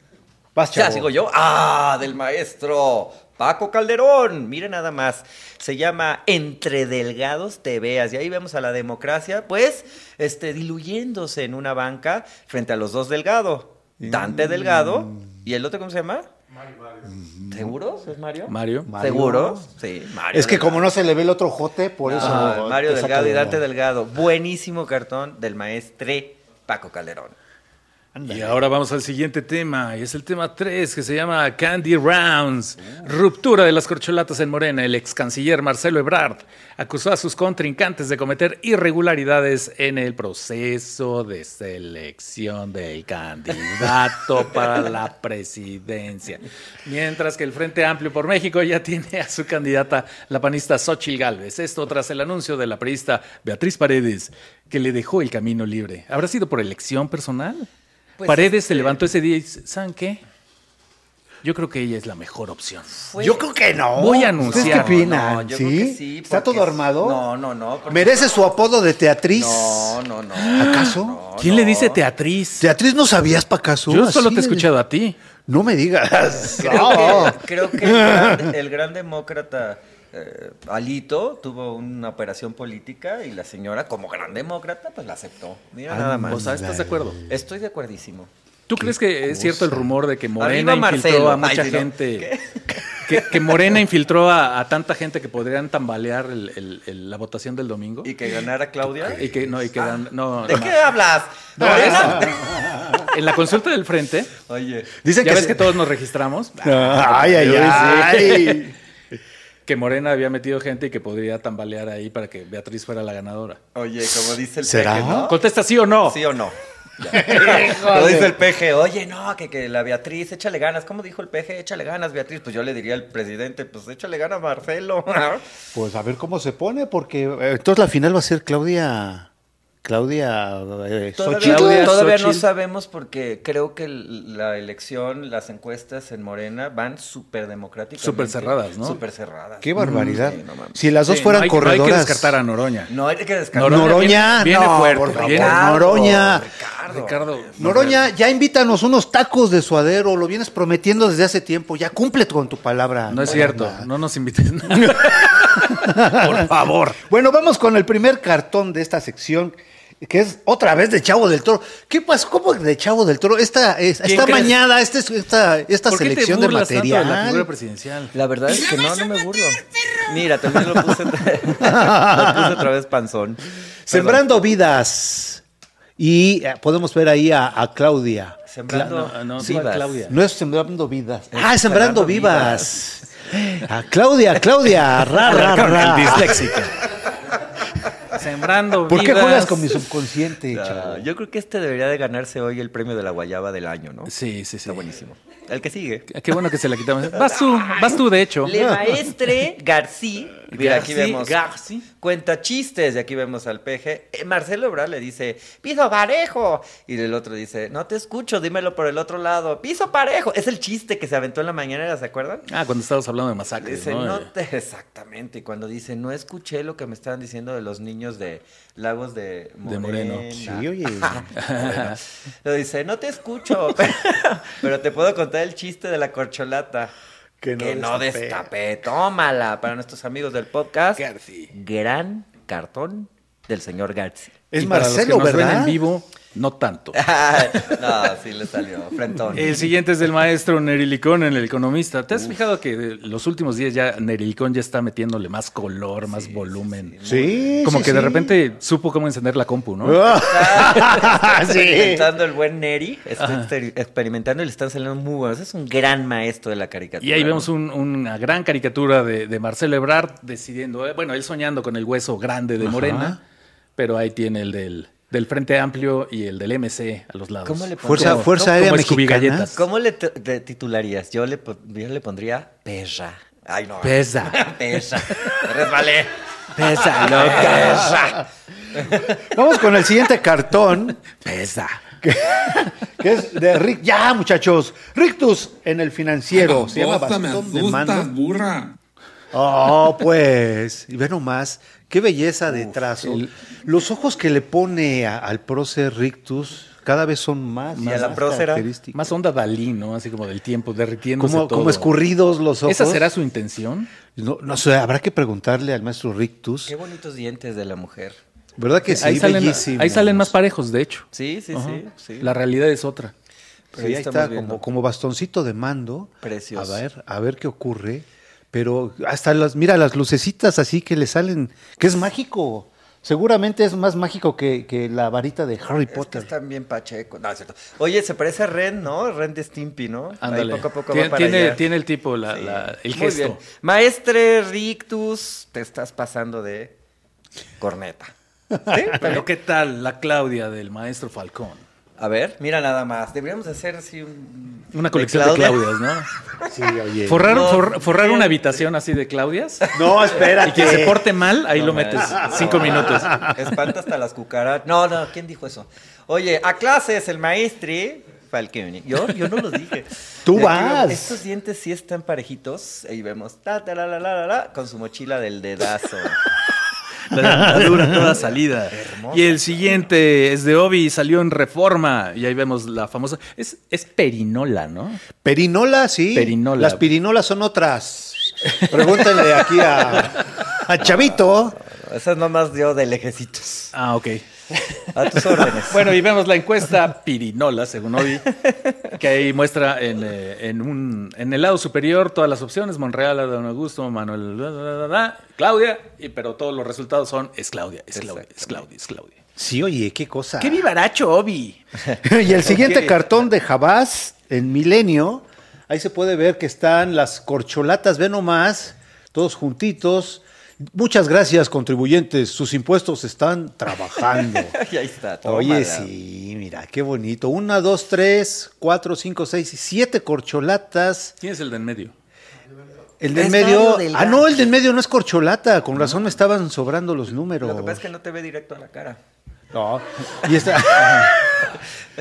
Speaker 3: Vas,
Speaker 1: <laughs> Ya
Speaker 3: chavo.
Speaker 1: sigo yo. Ah, del maestro Paco Calderón. Mire nada más. Se llama Entre Delgados Te Veas. Y ahí vemos a la democracia, pues, este, diluyéndose en una banca frente a los dos Delgado.
Speaker 3: Mm.
Speaker 1: Dante Delgado. ¿Y el otro cómo se llama? Mario. ¿Seguros? ¿Es Mario?
Speaker 2: Mario.
Speaker 3: Ma- Mario.
Speaker 1: ¿Seguros? Sí, Mario.
Speaker 3: Es que
Speaker 1: Delgado.
Speaker 3: como no se le ve el otro jote, por eso.
Speaker 1: Ah, Mario
Speaker 3: te
Speaker 1: Delgado
Speaker 3: saca de
Speaker 1: y
Speaker 3: onda.
Speaker 1: Dante Delgado. Buenísimo cartón del maestre Paco Calderón.
Speaker 2: Y ahora vamos al siguiente tema, y es el tema 3, que se llama Candy Rounds. Ruptura de las corcholatas en Morena. El ex canciller Marcelo Ebrard acusó a sus contrincantes de cometer irregularidades en el proceso de selección del candidato para la presidencia. Mientras que el Frente Amplio por México ya tiene a su candidata, la panista Xochil Gálvez. Esto tras el anuncio de la periodista Beatriz Paredes, que le dejó el camino libre. ¿Habrá sido por elección personal?
Speaker 1: Pues,
Speaker 2: Paredes
Speaker 1: este-
Speaker 2: se levantó ese día y dice, ¿saben qué? Yo creo que ella es la mejor opción.
Speaker 1: Fue-
Speaker 3: Yo creo que no.
Speaker 2: Voy a
Speaker 3: ¿Ustedes
Speaker 2: anunciar.
Speaker 3: qué opinan?
Speaker 1: No, yo
Speaker 3: ¿Sí?
Speaker 1: creo que sí,
Speaker 3: ¿Está
Speaker 1: porque
Speaker 3: todo armado?
Speaker 1: No, no, no. porque-
Speaker 3: ¿Merece su apodo de teatriz?
Speaker 1: No, no, no.
Speaker 3: ¿Acaso?
Speaker 1: No,
Speaker 2: ¿Quién le
Speaker 1: no.
Speaker 2: dice teatriz?
Speaker 3: ¿Teatriz no sabías, Pacaso?
Speaker 2: Yo solo te
Speaker 3: Así
Speaker 2: he
Speaker 3: le-
Speaker 2: escuchado a ti.
Speaker 3: No me digas.
Speaker 2: <laughs>
Speaker 1: Creo
Speaker 3: No.
Speaker 1: que, creo que el, gran, el gran demócrata eh, Alito tuvo una operación política y la señora, como gran demócrata, pues la aceptó. Mira nada más.
Speaker 2: O sea, ¿estás de acuerdo?
Speaker 1: Estoy de acuerdísimo.
Speaker 2: ¿Tú crees que es cierto el rumor de que Morena
Speaker 1: Arriba Marcelo.
Speaker 2: infiltró a
Speaker 1: Ay,
Speaker 2: mucha
Speaker 1: sí, no.
Speaker 2: gente? <laughs> Que, que Morena infiltró a, a tanta gente que podrían tambalear el- el- el- la votación del domingo.
Speaker 1: ¿Y que ganara Claudia?
Speaker 2: Y que no, y que dan- no,
Speaker 1: ¿De
Speaker 2: no.
Speaker 1: qué hablas?
Speaker 2: No,
Speaker 1: ¿Morena?
Speaker 2: En la consulta del frente,
Speaker 1: <laughs> Oye,
Speaker 3: Dicen
Speaker 2: ya
Speaker 3: que
Speaker 2: ves
Speaker 3: se-
Speaker 2: que todos nos registramos.
Speaker 3: <laughs> Ay, ay,
Speaker 2: <laughs>
Speaker 3: ay.
Speaker 2: que Morena había metido gente y que podría tambalear ahí para que Beatriz fuera la ganadora.
Speaker 1: oye, como dice el
Speaker 3: ¿Será?
Speaker 1: peje, ¿no?
Speaker 2: ¿Contesta sí o no?
Speaker 1: ¿Sí o no? Ya. Como dice el peje, oye, no, que, que la Beatriz, échale ganas. ¿Cómo dijo el peje? Échale ganas, Beatriz. Pues yo le diría al presidente, pues échale ganas, Marcelo.
Speaker 3: Pues a ver cómo se pone, porque eh, entonces la final va a ser Claudia. Claudia. eh,
Speaker 1: Todavía,
Speaker 3: Xochitl.
Speaker 2: Claudia
Speaker 1: todavía no
Speaker 2: Xochitl.
Speaker 1: sabemos porque creo que el- la elección, las encuestas en Morena van súper democráticas.
Speaker 2: Súper cerradas, ¿no?
Speaker 1: Súper cerradas.
Speaker 3: Qué barbaridad.
Speaker 1: Mm, Sí, no mames.
Speaker 3: si las dos
Speaker 2: Sí,
Speaker 3: fueran
Speaker 2: no hay, no hay
Speaker 3: corredoras.
Speaker 2: que descartar a Noroña.
Speaker 1: No hay que descartar.
Speaker 2: Noroña
Speaker 3: Noroña,
Speaker 2: viene- viene
Speaker 3: no,
Speaker 2: fuerte,
Speaker 3: por favor,
Speaker 2: viene-
Speaker 3: Noroña.
Speaker 1: Ricardo.
Speaker 2: Ricardo.
Speaker 3: Noroña, ya invítanos unos tacos de suadero, lo vienes prometiendo desde hace tiempo, ya cumple con tu palabra.
Speaker 2: No es
Speaker 3: Noroña.
Speaker 2: cierto, no nos <laughs> invites. Por favor.
Speaker 3: Bueno, vamos con el primer cartón de esta sección, que es otra vez de Chavo del Toro. ¿Qué pasó? ¿Cómo de Chavo del Toro? Esta, es-
Speaker 2: ¿Quién
Speaker 3: esta
Speaker 2: crees?
Speaker 3: mañana, este es- esta, esta
Speaker 2: ¿Por qué te
Speaker 3: selección de
Speaker 2: burlas tanto
Speaker 3: material.
Speaker 2: la figura presidencial.
Speaker 1: La verdad es que no, no me burlo. Mira, también lo puse, otra- lo puse otra vez panzón.
Speaker 3: Sembrando vidas. Y eh, podemos ver ahí a, a Claudia.
Speaker 1: Perdón. Sembrando
Speaker 2: Cla- no, no,
Speaker 1: vivas.
Speaker 2: no, Claudia.
Speaker 3: No es sembrando vidas.
Speaker 1: Es
Speaker 3: ah, sembrando
Speaker 1: sembrando
Speaker 3: vivas. <laughs> A Claudia, Claudia, ra, ra, ra.
Speaker 2: disléxico. <laughs> Sembrando
Speaker 3: ¿Por qué
Speaker 2: vidas.
Speaker 3: juegas con mi subconsciente,
Speaker 1: Ah,
Speaker 3: chavo?
Speaker 1: yo creo que este debería de ganarse hoy el premio de la guayaba del año, ¿no?
Speaker 2: Sí, sí, sí.
Speaker 1: Está buenísimo. El que sigue.
Speaker 2: Qué bueno que se la quitamos. <laughs> Vas tú, vas tú, de hecho. <laughs>
Speaker 1: Le Maestre García. Mira, aquí
Speaker 2: Garci,
Speaker 1: vemos.
Speaker 2: Garci.
Speaker 1: Cuenta chistes. Y aquí vemos al peje. Eh, Marcelo Ebrard le dice, piso parejo. Y el otro dice, no te escucho, dímelo por el otro lado. Piso parejo. Es el chiste que se aventó en la mañanera, ¿se acuerdan?
Speaker 2: Ah, cuando estabas hablando de masacres,
Speaker 1: Dice,
Speaker 2: ¿no? Eh.
Speaker 1: no te- exactamente. Y cuando dice, no escuché lo que me estaban diciendo de los niños de Lagos de
Speaker 2: De
Speaker 1: Moreno.
Speaker 2: Moreno.
Speaker 3: Sí,
Speaker 2: <laughs>
Speaker 3: oye.
Speaker 1: Bueno, lo dice, no te escucho, <laughs> pero, pero te puedo contar el chiste de la corcholata.
Speaker 3: Que
Speaker 1: Que
Speaker 3: no
Speaker 1: no,
Speaker 3: destapé.
Speaker 1: destapé. Tómala para nuestros amigos del podcast.
Speaker 2: Garci.
Speaker 1: Gran cartón del señor Garci.
Speaker 3: Es
Speaker 2: Y para los que
Speaker 3: Marcelo,
Speaker 2: nos ven
Speaker 3: ¿verdad?
Speaker 2: en vivo, no tanto.
Speaker 1: Ay, <laughs> no, sí le salió. Frentón.
Speaker 2: El siguiente es del maestro Nerilicón en El Economista. ¿Te has fijado que de los últimos días ya Nerilicón ya está metiéndole más color, más volumen?
Speaker 3: Sí,
Speaker 2: Como
Speaker 3: sí,
Speaker 2: que de
Speaker 3: sí. <laughs>
Speaker 2: repente supo cómo encender la compu, ¿no?
Speaker 3: <laughs>
Speaker 1: Está
Speaker 3: Ah, Sí.
Speaker 1: experimentando el buen Neri. Está exper- experimentando y le están saliendo muy buenos. Es un gran maestro de la caricatura.
Speaker 2: Y ahí vemos
Speaker 1: ¿no?
Speaker 2: un- una gran caricatura de, de Marcelo Ebrard decidiendo, eh, bueno, él soñando con el hueso grande de Morena, pero ahí tiene el del, del Frente Amplio y el del MC a los lados.
Speaker 1: ¿Cómo le pon-
Speaker 3: Fuerza,
Speaker 1: Como-
Speaker 3: fuerza
Speaker 2: como
Speaker 3: Aérea
Speaker 2: Scooby
Speaker 3: Mexicana.
Speaker 2: Galletas.
Speaker 1: ¿Cómo le, t- te titularías? Yo le, po- yo le pondría perra. Ay, no.
Speaker 2: Pesa,
Speaker 1: <laughs> Pesa. Resbalé.
Speaker 2: pesa, loca,
Speaker 3: Vamos con el siguiente cartón,
Speaker 2: pesa.
Speaker 3: que es de Rick. Ya, muchachos. Rictus en el financiero. Se llama
Speaker 4: Babosa, me
Speaker 3: Bastón de
Speaker 4: asustas,
Speaker 3: Mando.
Speaker 4: burra.
Speaker 3: Oh, pues. Y ve nomás, qué belleza de trazo. Los ojos que le pone a- al prócer Rictus cada vez son más.
Speaker 1: Y a la
Speaker 3: más
Speaker 1: prócera.
Speaker 3: característicos.
Speaker 2: Más onda Dalí, ¿no? Así como del tiempo, derritiéndose
Speaker 3: Como,
Speaker 2: todo.
Speaker 3: como escurridos los ojos.
Speaker 2: ¿Esa será su intención?
Speaker 3: No, no sé, habrá que preguntarle al maestro Rictus.
Speaker 1: Qué bonitos dientes de la mujer.
Speaker 3: ¿Verdad que sí?
Speaker 2: ahí, salen,
Speaker 3: Bellísimos.
Speaker 2: ahí salen más parejos, de hecho.
Speaker 1: Sí, sí,
Speaker 2: Ajá.
Speaker 1: sí, sí.
Speaker 2: La realidad es otra.
Speaker 1: Pero
Speaker 3: Sí,
Speaker 1: ahí
Speaker 3: ahí
Speaker 1: estamos
Speaker 3: está,
Speaker 1: viendo.
Speaker 3: como, como bastoncito de mando.
Speaker 1: Precioso.
Speaker 3: A ver, a ver qué ocurre. Pero hasta las, mira, las lucecitas así que le salen, que es mágico. Seguramente es más mágico que, que la varita de Harry
Speaker 1: Es que
Speaker 3: Potter.
Speaker 1: están bien pacheco. No, es cierto. Oye, se parece a Ren, ¿no? Ren de Stimpy, ¿no? Ahí
Speaker 2: Ándale.
Speaker 1: poco a poco
Speaker 2: Tiene,
Speaker 1: va para
Speaker 2: tiene,
Speaker 1: allá.
Speaker 2: tiene el tipo, la- la- el
Speaker 1: Muy
Speaker 2: gesto.
Speaker 1: bien. Maestre Rictus, te estás pasando de corneta. ¿Sí?
Speaker 2: Pero ¿qué tal la Claudia del maestro Falcón?
Speaker 1: A ver, mira nada más. Deberíamos hacer así un...
Speaker 2: Una colección de, Claudias, ¿no?
Speaker 3: Sí, oye.
Speaker 2: Forrar,
Speaker 1: No,
Speaker 2: forrar- forrar
Speaker 1: bien.
Speaker 2: una habitación así de Claudias.
Speaker 3: No,
Speaker 2: Y quien se
Speaker 3: espérate.
Speaker 2: porte mal, ahí
Speaker 1: No
Speaker 2: lo
Speaker 1: manches,
Speaker 2: metes.
Speaker 1: no.
Speaker 2: Cinco minutos.
Speaker 1: <laughs> Espanta hasta las cucarachas. No, no, ¿quién dijo eso? Oye, a clases el maestri Falcone. Yo, yo no lo dije.
Speaker 3: Tú
Speaker 1: Y aquí
Speaker 3: vas.
Speaker 1: vemos, Estos dientes sí están parejitos. Ahí vemos. ta, ta, la, la, la, la, la, con su mochila del dedazo.
Speaker 2: La dentadura toda salida. Y el siguiente es de Obi, salió en Reforma. Y ahí vemos la famosa. Es, es Perinola, ¿no?
Speaker 3: Perinola, sí.
Speaker 2: Perinola.
Speaker 3: Las pirinolas son otras. Pregúntenle aquí a, a Chavito.
Speaker 1: Esas nomás dio de lejecitos.
Speaker 2: Ah, ok.
Speaker 1: A tus órdenes.
Speaker 2: Bueno, y vemos la encuesta Pirinola, según Obi, que ahí muestra en, eh, en un, en el lado superior todas las opciones: Monreal, Adán Augusto, Manuel, bla, bla, bla, bla, Claudia, y, pero todos los resultados son: es Claudia, es Claudia, es Claudia, es Claudia.
Speaker 3: Sí, oye, qué cosa.
Speaker 2: Ah. ¡Qué vivaracho, Obi!
Speaker 3: <laughs> y el siguiente
Speaker 2: Ok.
Speaker 3: cartón de Jabás en Milenio, ahí se puede ver que están las corcholatas, ve nomás, todos juntitos. Muchas gracias, contribuyentes. Sus impuestos están trabajando.
Speaker 1: Y <laughs> ahí está. <laughs> tómala.
Speaker 3: Oye, sí, mira, qué bonito. Una, dos, tres, cuatro, cinco, seis, siete corcholatas.
Speaker 2: ¿Quién es el de en medio?
Speaker 3: El del
Speaker 1: Es
Speaker 3: medio.
Speaker 1: Mario Delgado.
Speaker 3: Ah, no, el del medio no es corcholata. Con razón me estaban sobrando los números.
Speaker 1: Lo que pasa es que no te ve directo a la cara.
Speaker 3: No. Y está, <laughs>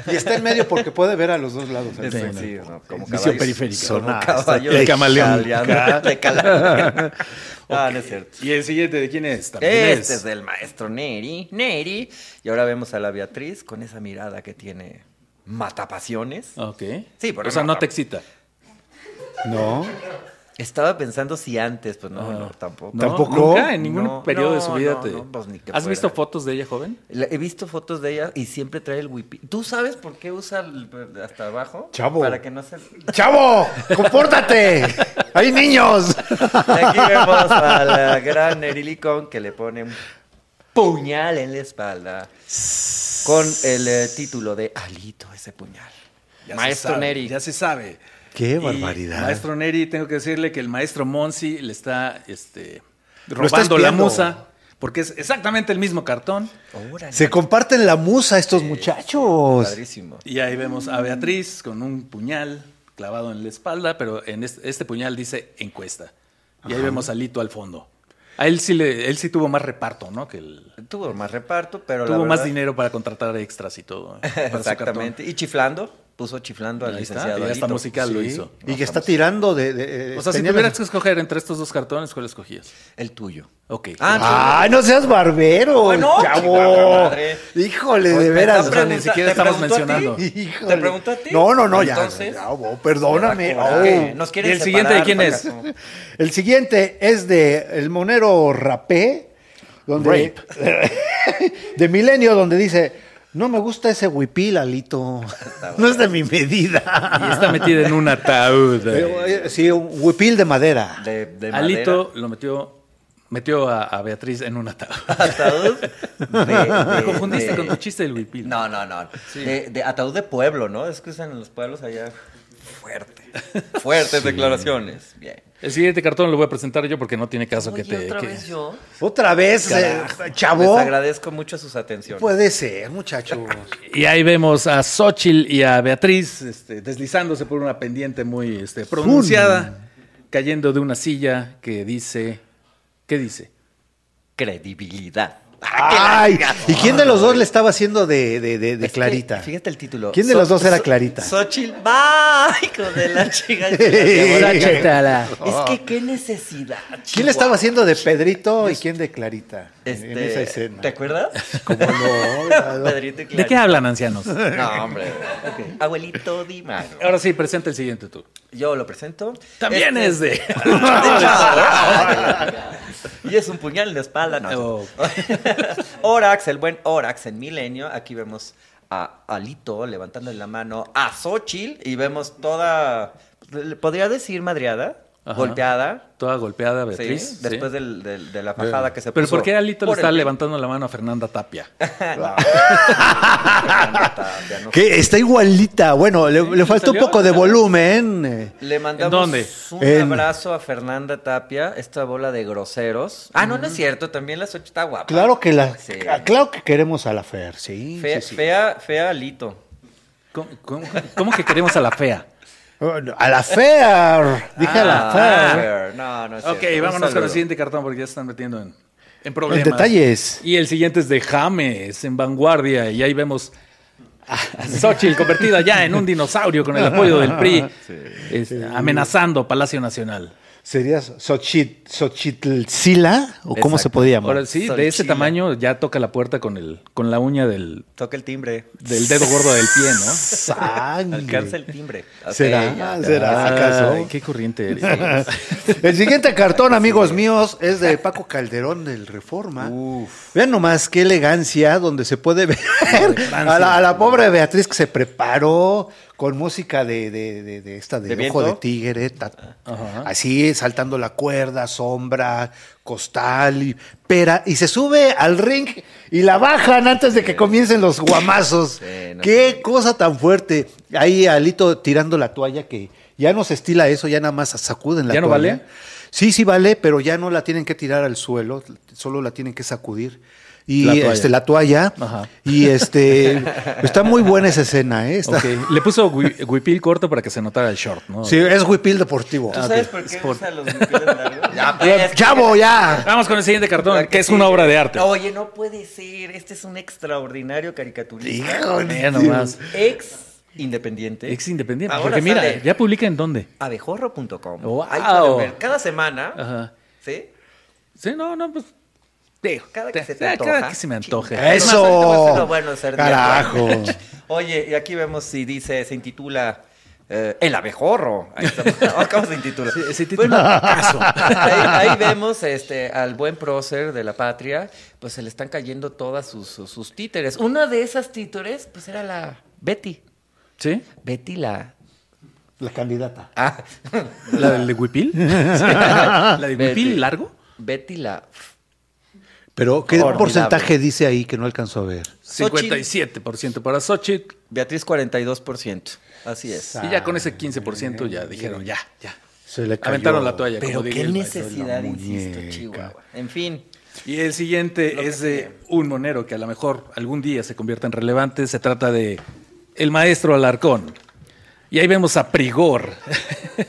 Speaker 3: y está en medio porque puede ver a los dos lados. al
Speaker 1: Es
Speaker 3: mismo
Speaker 1: sí,
Speaker 3: tiempo.
Speaker 1: no, como
Speaker 2: Visión
Speaker 1: caballo.
Speaker 2: periférica.
Speaker 1: Como
Speaker 3: Sonar,
Speaker 1: caballo
Speaker 3: está-
Speaker 1: de
Speaker 3: el Ah, camaleón.
Speaker 1: caleando, de caleando. Ah, no es cierto.
Speaker 2: ¿Y el siguiente de quién es? También
Speaker 1: Este es del maestro Neri, Neri. Y ahora vemos a la Beatriz con esa mirada que tiene matapasiones.
Speaker 2: Ok.
Speaker 1: Sí, pero
Speaker 2: O sea,
Speaker 1: no-
Speaker 2: no te excita.
Speaker 3: No.
Speaker 1: Estaba pensando si antes, pues no, no, tampoco.
Speaker 2: Ah. No,
Speaker 3: ¿Tampoco?
Speaker 2: Nunca, en ningún
Speaker 1: No,
Speaker 2: periodo de
Speaker 1: no,
Speaker 2: su vida
Speaker 1: no,
Speaker 2: te.
Speaker 1: no, pues, ni que
Speaker 2: ¿Has
Speaker 1: fuera.
Speaker 2: visto fotos de ella joven?
Speaker 1: La- He visto fotos de ella y siempre trae el wipi. ¿Tú sabes por qué usa el- hasta abajo?
Speaker 3: Chavo.
Speaker 1: Para que no se...
Speaker 3: ¡Chavo! ¡Compórtate! ¡Hay niños!
Speaker 1: Y aquí vemos a la gran Nerilicon que le pone un puñal en la espalda con el eh, título de Alito, ese puñal.
Speaker 2: Ya se
Speaker 1: Maestro
Speaker 2: sabe,
Speaker 1: Neri.
Speaker 2: Ya se sabe.
Speaker 3: ¡Qué
Speaker 2: Y,
Speaker 3: barbaridad!
Speaker 2: Maestro Neri, tengo que decirle que el maestro Monsi le está este,
Speaker 3: Lo está
Speaker 2: robando la
Speaker 3: espiando.
Speaker 2: musa. Porque es exactamente el mismo cartón.
Speaker 1: Órale.
Speaker 3: Se comparten la musa estos muchachos.
Speaker 1: Padrísimo.
Speaker 2: Y ahí vemos a Beatriz con un puñal clavado en la espalda, pero en este, este puñal dice encuesta. Y ahí vemos a Lito al fondo. A él sí, le, él sí tuvo más reparto, ¿no? Que el-
Speaker 1: Tuvo más reparto, pero la
Speaker 2: tuvo más
Speaker 1: verdad-
Speaker 2: dinero para contratar extras y todo.
Speaker 1: <laughs>
Speaker 2: ¿eh? Para su
Speaker 1: Exactamente. Y chiflando, puso chiflando al
Speaker 2: Ahí está,
Speaker 1: licenciado.
Speaker 2: y hasta
Speaker 1: Alito.
Speaker 2: musical lo hizo.
Speaker 3: Y que está tirando de. de-
Speaker 2: cartón. O sea, si
Speaker 3: tenía
Speaker 2: tuvieras que
Speaker 3: las-
Speaker 2: escoger entre estos dos cartones, ¿cuál escogías?
Speaker 1: El tuyo.
Speaker 2: Ok.
Speaker 3: Ah, ¡Ay, no seas barbero!
Speaker 1: Ay, no, chingada
Speaker 3: ¡Chavo!
Speaker 1: madre.
Speaker 3: ¡Híjole,
Speaker 1: Pues,
Speaker 3: de
Speaker 1: me
Speaker 3: veras!
Speaker 1: está
Speaker 3: o sea,
Speaker 2: ni
Speaker 1: pregunta-
Speaker 2: siquiera
Speaker 1: ¿te
Speaker 2: estamos
Speaker 1: preguntó a ti?
Speaker 2: mencionando.
Speaker 3: híjole.
Speaker 1: ¿Te preguntó a ti?
Speaker 3: No, no, no, ya,
Speaker 1: Entonces,
Speaker 3: ya, oh, perdóname.
Speaker 1: ¿verdad que
Speaker 3: oh.
Speaker 1: Nos quieren
Speaker 2: ¿Y el siguiente
Speaker 1: separar,
Speaker 2: quién es?
Speaker 1: fracaso?
Speaker 3: El siguiente es de El Monero Rapé, donde, <laughs> de Milenio, donde dice, no me gusta ese huipil, Alito. <laughs> No es de mi medida.
Speaker 2: Y está metida en un ataúd.
Speaker 3: Pero, eh, Sí, un huipil de madera.
Speaker 1: De, de
Speaker 2: Alito lo metió, metió a, a Beatriz en un ataúd.
Speaker 1: <laughs> madera. Ataúd.
Speaker 2: <laughs>
Speaker 1: de-
Speaker 2: Me
Speaker 1: de-
Speaker 2: confundiste
Speaker 1: de-
Speaker 2: con tu chiste del huipil.
Speaker 1: No, no, no. De, de ataúd de pueblo, ¿no? Es que usan en los pueblos
Speaker 2: <laughs>
Speaker 1: allá fuerte. Fuertes declaraciones. Bien.
Speaker 2: El siguiente cartón lo voy a presentar yo porque no tiene caso
Speaker 1: Oye,
Speaker 2: que te...
Speaker 1: otra
Speaker 2: que-
Speaker 1: vez yo.
Speaker 3: Otra vez, eh, chavo.
Speaker 1: Les agradezco mucho sus atenciones.
Speaker 3: Puede ser,
Speaker 1: <laughs>
Speaker 3: muchachos.
Speaker 2: Y ahí vemos a Xochitl y a Beatriz este, deslizándose por una pendiente muy este, pronunciada, cayendo de una silla que dice... ¿Qué dice?
Speaker 1: Credibilidad.
Speaker 3: Ay, ¿y quién de los dos le estaba haciendo de, de- de- de
Speaker 1: Es que,
Speaker 3: Clarita?
Speaker 1: fíjate el título.
Speaker 3: ¿Quién de
Speaker 1: So-
Speaker 3: los dos era
Speaker 1: So-
Speaker 3: Clarita?
Speaker 1: Xochitl. ¡Va! Hijo de la
Speaker 3: <laughs>
Speaker 1: chica. Es que qué necesidad.
Speaker 3: Oh. ¿Quién le estaba haciendo de Pedrito y quién de Clarita en- en,
Speaker 1: Este,
Speaker 3: esa escena?
Speaker 1: ¿Te acuerdas?
Speaker 3: <laughs> Como
Speaker 1: <laughs>
Speaker 3: lo-
Speaker 1: Pedrito y
Speaker 2: ¿De qué
Speaker 1: Clarita.
Speaker 2: hablan, ancianos?
Speaker 1: No, hombre. Abuelito Dima.
Speaker 2: Ahora sí, presenta el siguiente tú.
Speaker 1: Yo lo presento.
Speaker 2: También
Speaker 1: Este- <laughs>
Speaker 2: es de...
Speaker 1: y es un puñal en la espalda, no.
Speaker 2: Oh.
Speaker 1: <laughs> Orax, el buen Orax en Milenio. Aquí vemos a Alito levantando la mano a Xochitl y vemos toda. ¿le ¿Podría decir madreada?
Speaker 2: Ajá.
Speaker 1: golpeada.
Speaker 2: <laughs> Toda golpeada,
Speaker 1: sí,
Speaker 2: Beatriz. sí.
Speaker 1: Después del- del- de la fajada que se
Speaker 2: Pero
Speaker 1: puso.
Speaker 2: ¿por qué Alito le
Speaker 1: por
Speaker 2: está
Speaker 1: el-
Speaker 2: levantando la mano a Fernanda Tapia?
Speaker 1: No. Fernanda Tapia, Ah, no.
Speaker 3: Que está igualita. Bueno, le, le
Speaker 2: le
Speaker 3: falta un
Speaker 2: salió,
Speaker 3: poco
Speaker 2: le
Speaker 3: de
Speaker 2: salió.
Speaker 3: volumen. eh.
Speaker 1: Le mandamos
Speaker 2: dónde?
Speaker 1: un
Speaker 3: En-
Speaker 1: abrazo a Fernanda Tapia, esta bola de groseros. Ah, no, no es cierto, también la Xochitl está guapa.
Speaker 3: Claro que la,
Speaker 1: Sí.
Speaker 3: claro que queremos a la Fer, sí.
Speaker 1: Fea,
Speaker 3: sí, sí.
Speaker 1: fea, fea Alito.
Speaker 2: ¿Cómo, cómo- cómo que queremos a
Speaker 1: <laughs>
Speaker 2: la fea?
Speaker 3: Oh, A la Fer. Dije a la
Speaker 1: Ah,
Speaker 3: Fer.
Speaker 1: Fer, No, no es
Speaker 2: Ok,
Speaker 1: cierto. Un
Speaker 2: vámonos con
Speaker 1: saludo.
Speaker 2: el siguiente cartón porque ya se están metiendo en, en problemas.
Speaker 3: En detalles.
Speaker 2: Y el siguiente es de James, en vanguardia. Y ahí vemos a Xochitl convertida ya en un dinosaurio con el apoyo del PRI,
Speaker 1: <laughs>
Speaker 2: es- amenazando Palacio Nacional.
Speaker 3: ¿Serías Xochit- Xochitlcila? ¿O cómo se podía llamar?
Speaker 1: <laughs>
Speaker 2: Ahora sí, de ese
Speaker 1: Xochitl.
Speaker 2: tamaño ya toca la puerta con, el, con la uña del,
Speaker 1: Toca el timbre.
Speaker 2: del dedo gordo del
Speaker 1: <laughs>
Speaker 2: pie, ¿no?
Speaker 3: Sangre.
Speaker 1: Alcanza el timbre. Así,
Speaker 3: ¿Será? Ah,
Speaker 1: ya,
Speaker 3: ¿Será? ¿Acaso?
Speaker 2: Ay, ¿Qué
Speaker 1: <laughs>
Speaker 2: corriente eres?
Speaker 3: <laughs> El siguiente cartón, amigos míos, es de Paco Calderón del Reforma. Vean nomás qué elegancia donde se puede ver <laughs> a la, a la pobre Beatriz que se preparó con música de, de- de- de esta de,
Speaker 1: ¿De
Speaker 3: ojo de
Speaker 1: viento?
Speaker 3: tigre, ta-
Speaker 2: Ajá.
Speaker 3: así saltando la cuerda, sombra, costal y pera, y se sube al ring y la bajan antes de que comiencen los guamazos.
Speaker 1: Sí, no
Speaker 3: qué cosa tan fuerte. Ahí Alito tirando la toalla que ya no se estila eso, ya nada más sacuden la
Speaker 2: ¿Ya no
Speaker 3: toalla.
Speaker 2: vale?
Speaker 3: Sí, sí vale, pero ya no la tienen que tirar al suelo, solo la tienen que sacudir. Y
Speaker 2: La
Speaker 3: la
Speaker 2: toalla.
Speaker 3: toalla. Este, la toalla
Speaker 2: Ajá.
Speaker 3: y
Speaker 2: <laughs>
Speaker 3: este está muy buena esa escena, ¿eh? Está-
Speaker 2: Ok, Le puso gui- huipil corto para que se notara el short, ¿no?
Speaker 3: Sí, es huipil deportivo.
Speaker 2: Ah,
Speaker 1: ¿Tú sabes por qué usa los nipeles largos? Ya, pues,
Speaker 3: Ya, Chavo, ya.
Speaker 2: Vamos con el siguiente cartón,
Speaker 1: Claro
Speaker 2: que es
Speaker 1: sí.
Speaker 2: una obra de arte.
Speaker 1: Oye, no puede ser. Este es un extraordinario caricaturista.
Speaker 2: Mira nomás.
Speaker 1: Ex independiente.
Speaker 2: Ex independiente.
Speaker 1: Ahora
Speaker 2: porque mira,
Speaker 1: sale.
Speaker 2: ya publica en dónde.
Speaker 1: Abejorro.com.
Speaker 2: Wow.
Speaker 1: Ahí pueden ver cada semana.
Speaker 2: Ajá.
Speaker 1: ¿Sí?
Speaker 2: Sí, no, no, pues. digo,
Speaker 1: Cada que se te
Speaker 2: cada- Ah, cada
Speaker 1: antoja.
Speaker 2: que se
Speaker 1: <laughs>
Speaker 2: me antoje.
Speaker 3: Chingada. Eso.
Speaker 1: Además, ahorita voy a hacer lo bueno de ser día
Speaker 3: Carajo.
Speaker 1: jueves. <laughs> Oye, y aquí vemos si dice, se intitula eh, El abejorro. Ahí <laughs> estamos. Ah, ¿Cómo se intitula?
Speaker 2: Se- se titula Picasso.
Speaker 1: <laughs> ahí, ahí vemos este, al buen prócer de la patria, pues se le están cayendo todas sus, sus- sus títeres. Una de esas títeres, pues era la Betty.
Speaker 2: ¿Sí?
Speaker 1: Betty la...
Speaker 3: La candidata.
Speaker 1: Ah, <laughs>
Speaker 2: ¿La del de Huipil? ¿La de
Speaker 1: Vete.
Speaker 2: Huipil largo?
Speaker 1: Betty la...
Speaker 3: Pero, ¿qué
Speaker 1: Formidable.
Speaker 3: porcentaje dice ahí que no alcanzó a ver?
Speaker 1: Xochitl.
Speaker 2: 57% para Xochitl.
Speaker 1: Beatriz 42%. Así es.
Speaker 2: Y ya con ese 15% ya dijeron, ya, ya.
Speaker 3: Se le cayó.
Speaker 2: Aventaron la toalla.
Speaker 1: Pero
Speaker 2: como diría
Speaker 1: qué
Speaker 2: el-
Speaker 1: necesidad,
Speaker 3: la
Speaker 1: insisto,
Speaker 3: muñeca.
Speaker 1: Chihuahua. En fin.
Speaker 2: Y el siguiente es de un monero que a lo mejor algún día se convierta en relevante. Se trata de el maestro Alarcón. Y ahí vemos a Prigor,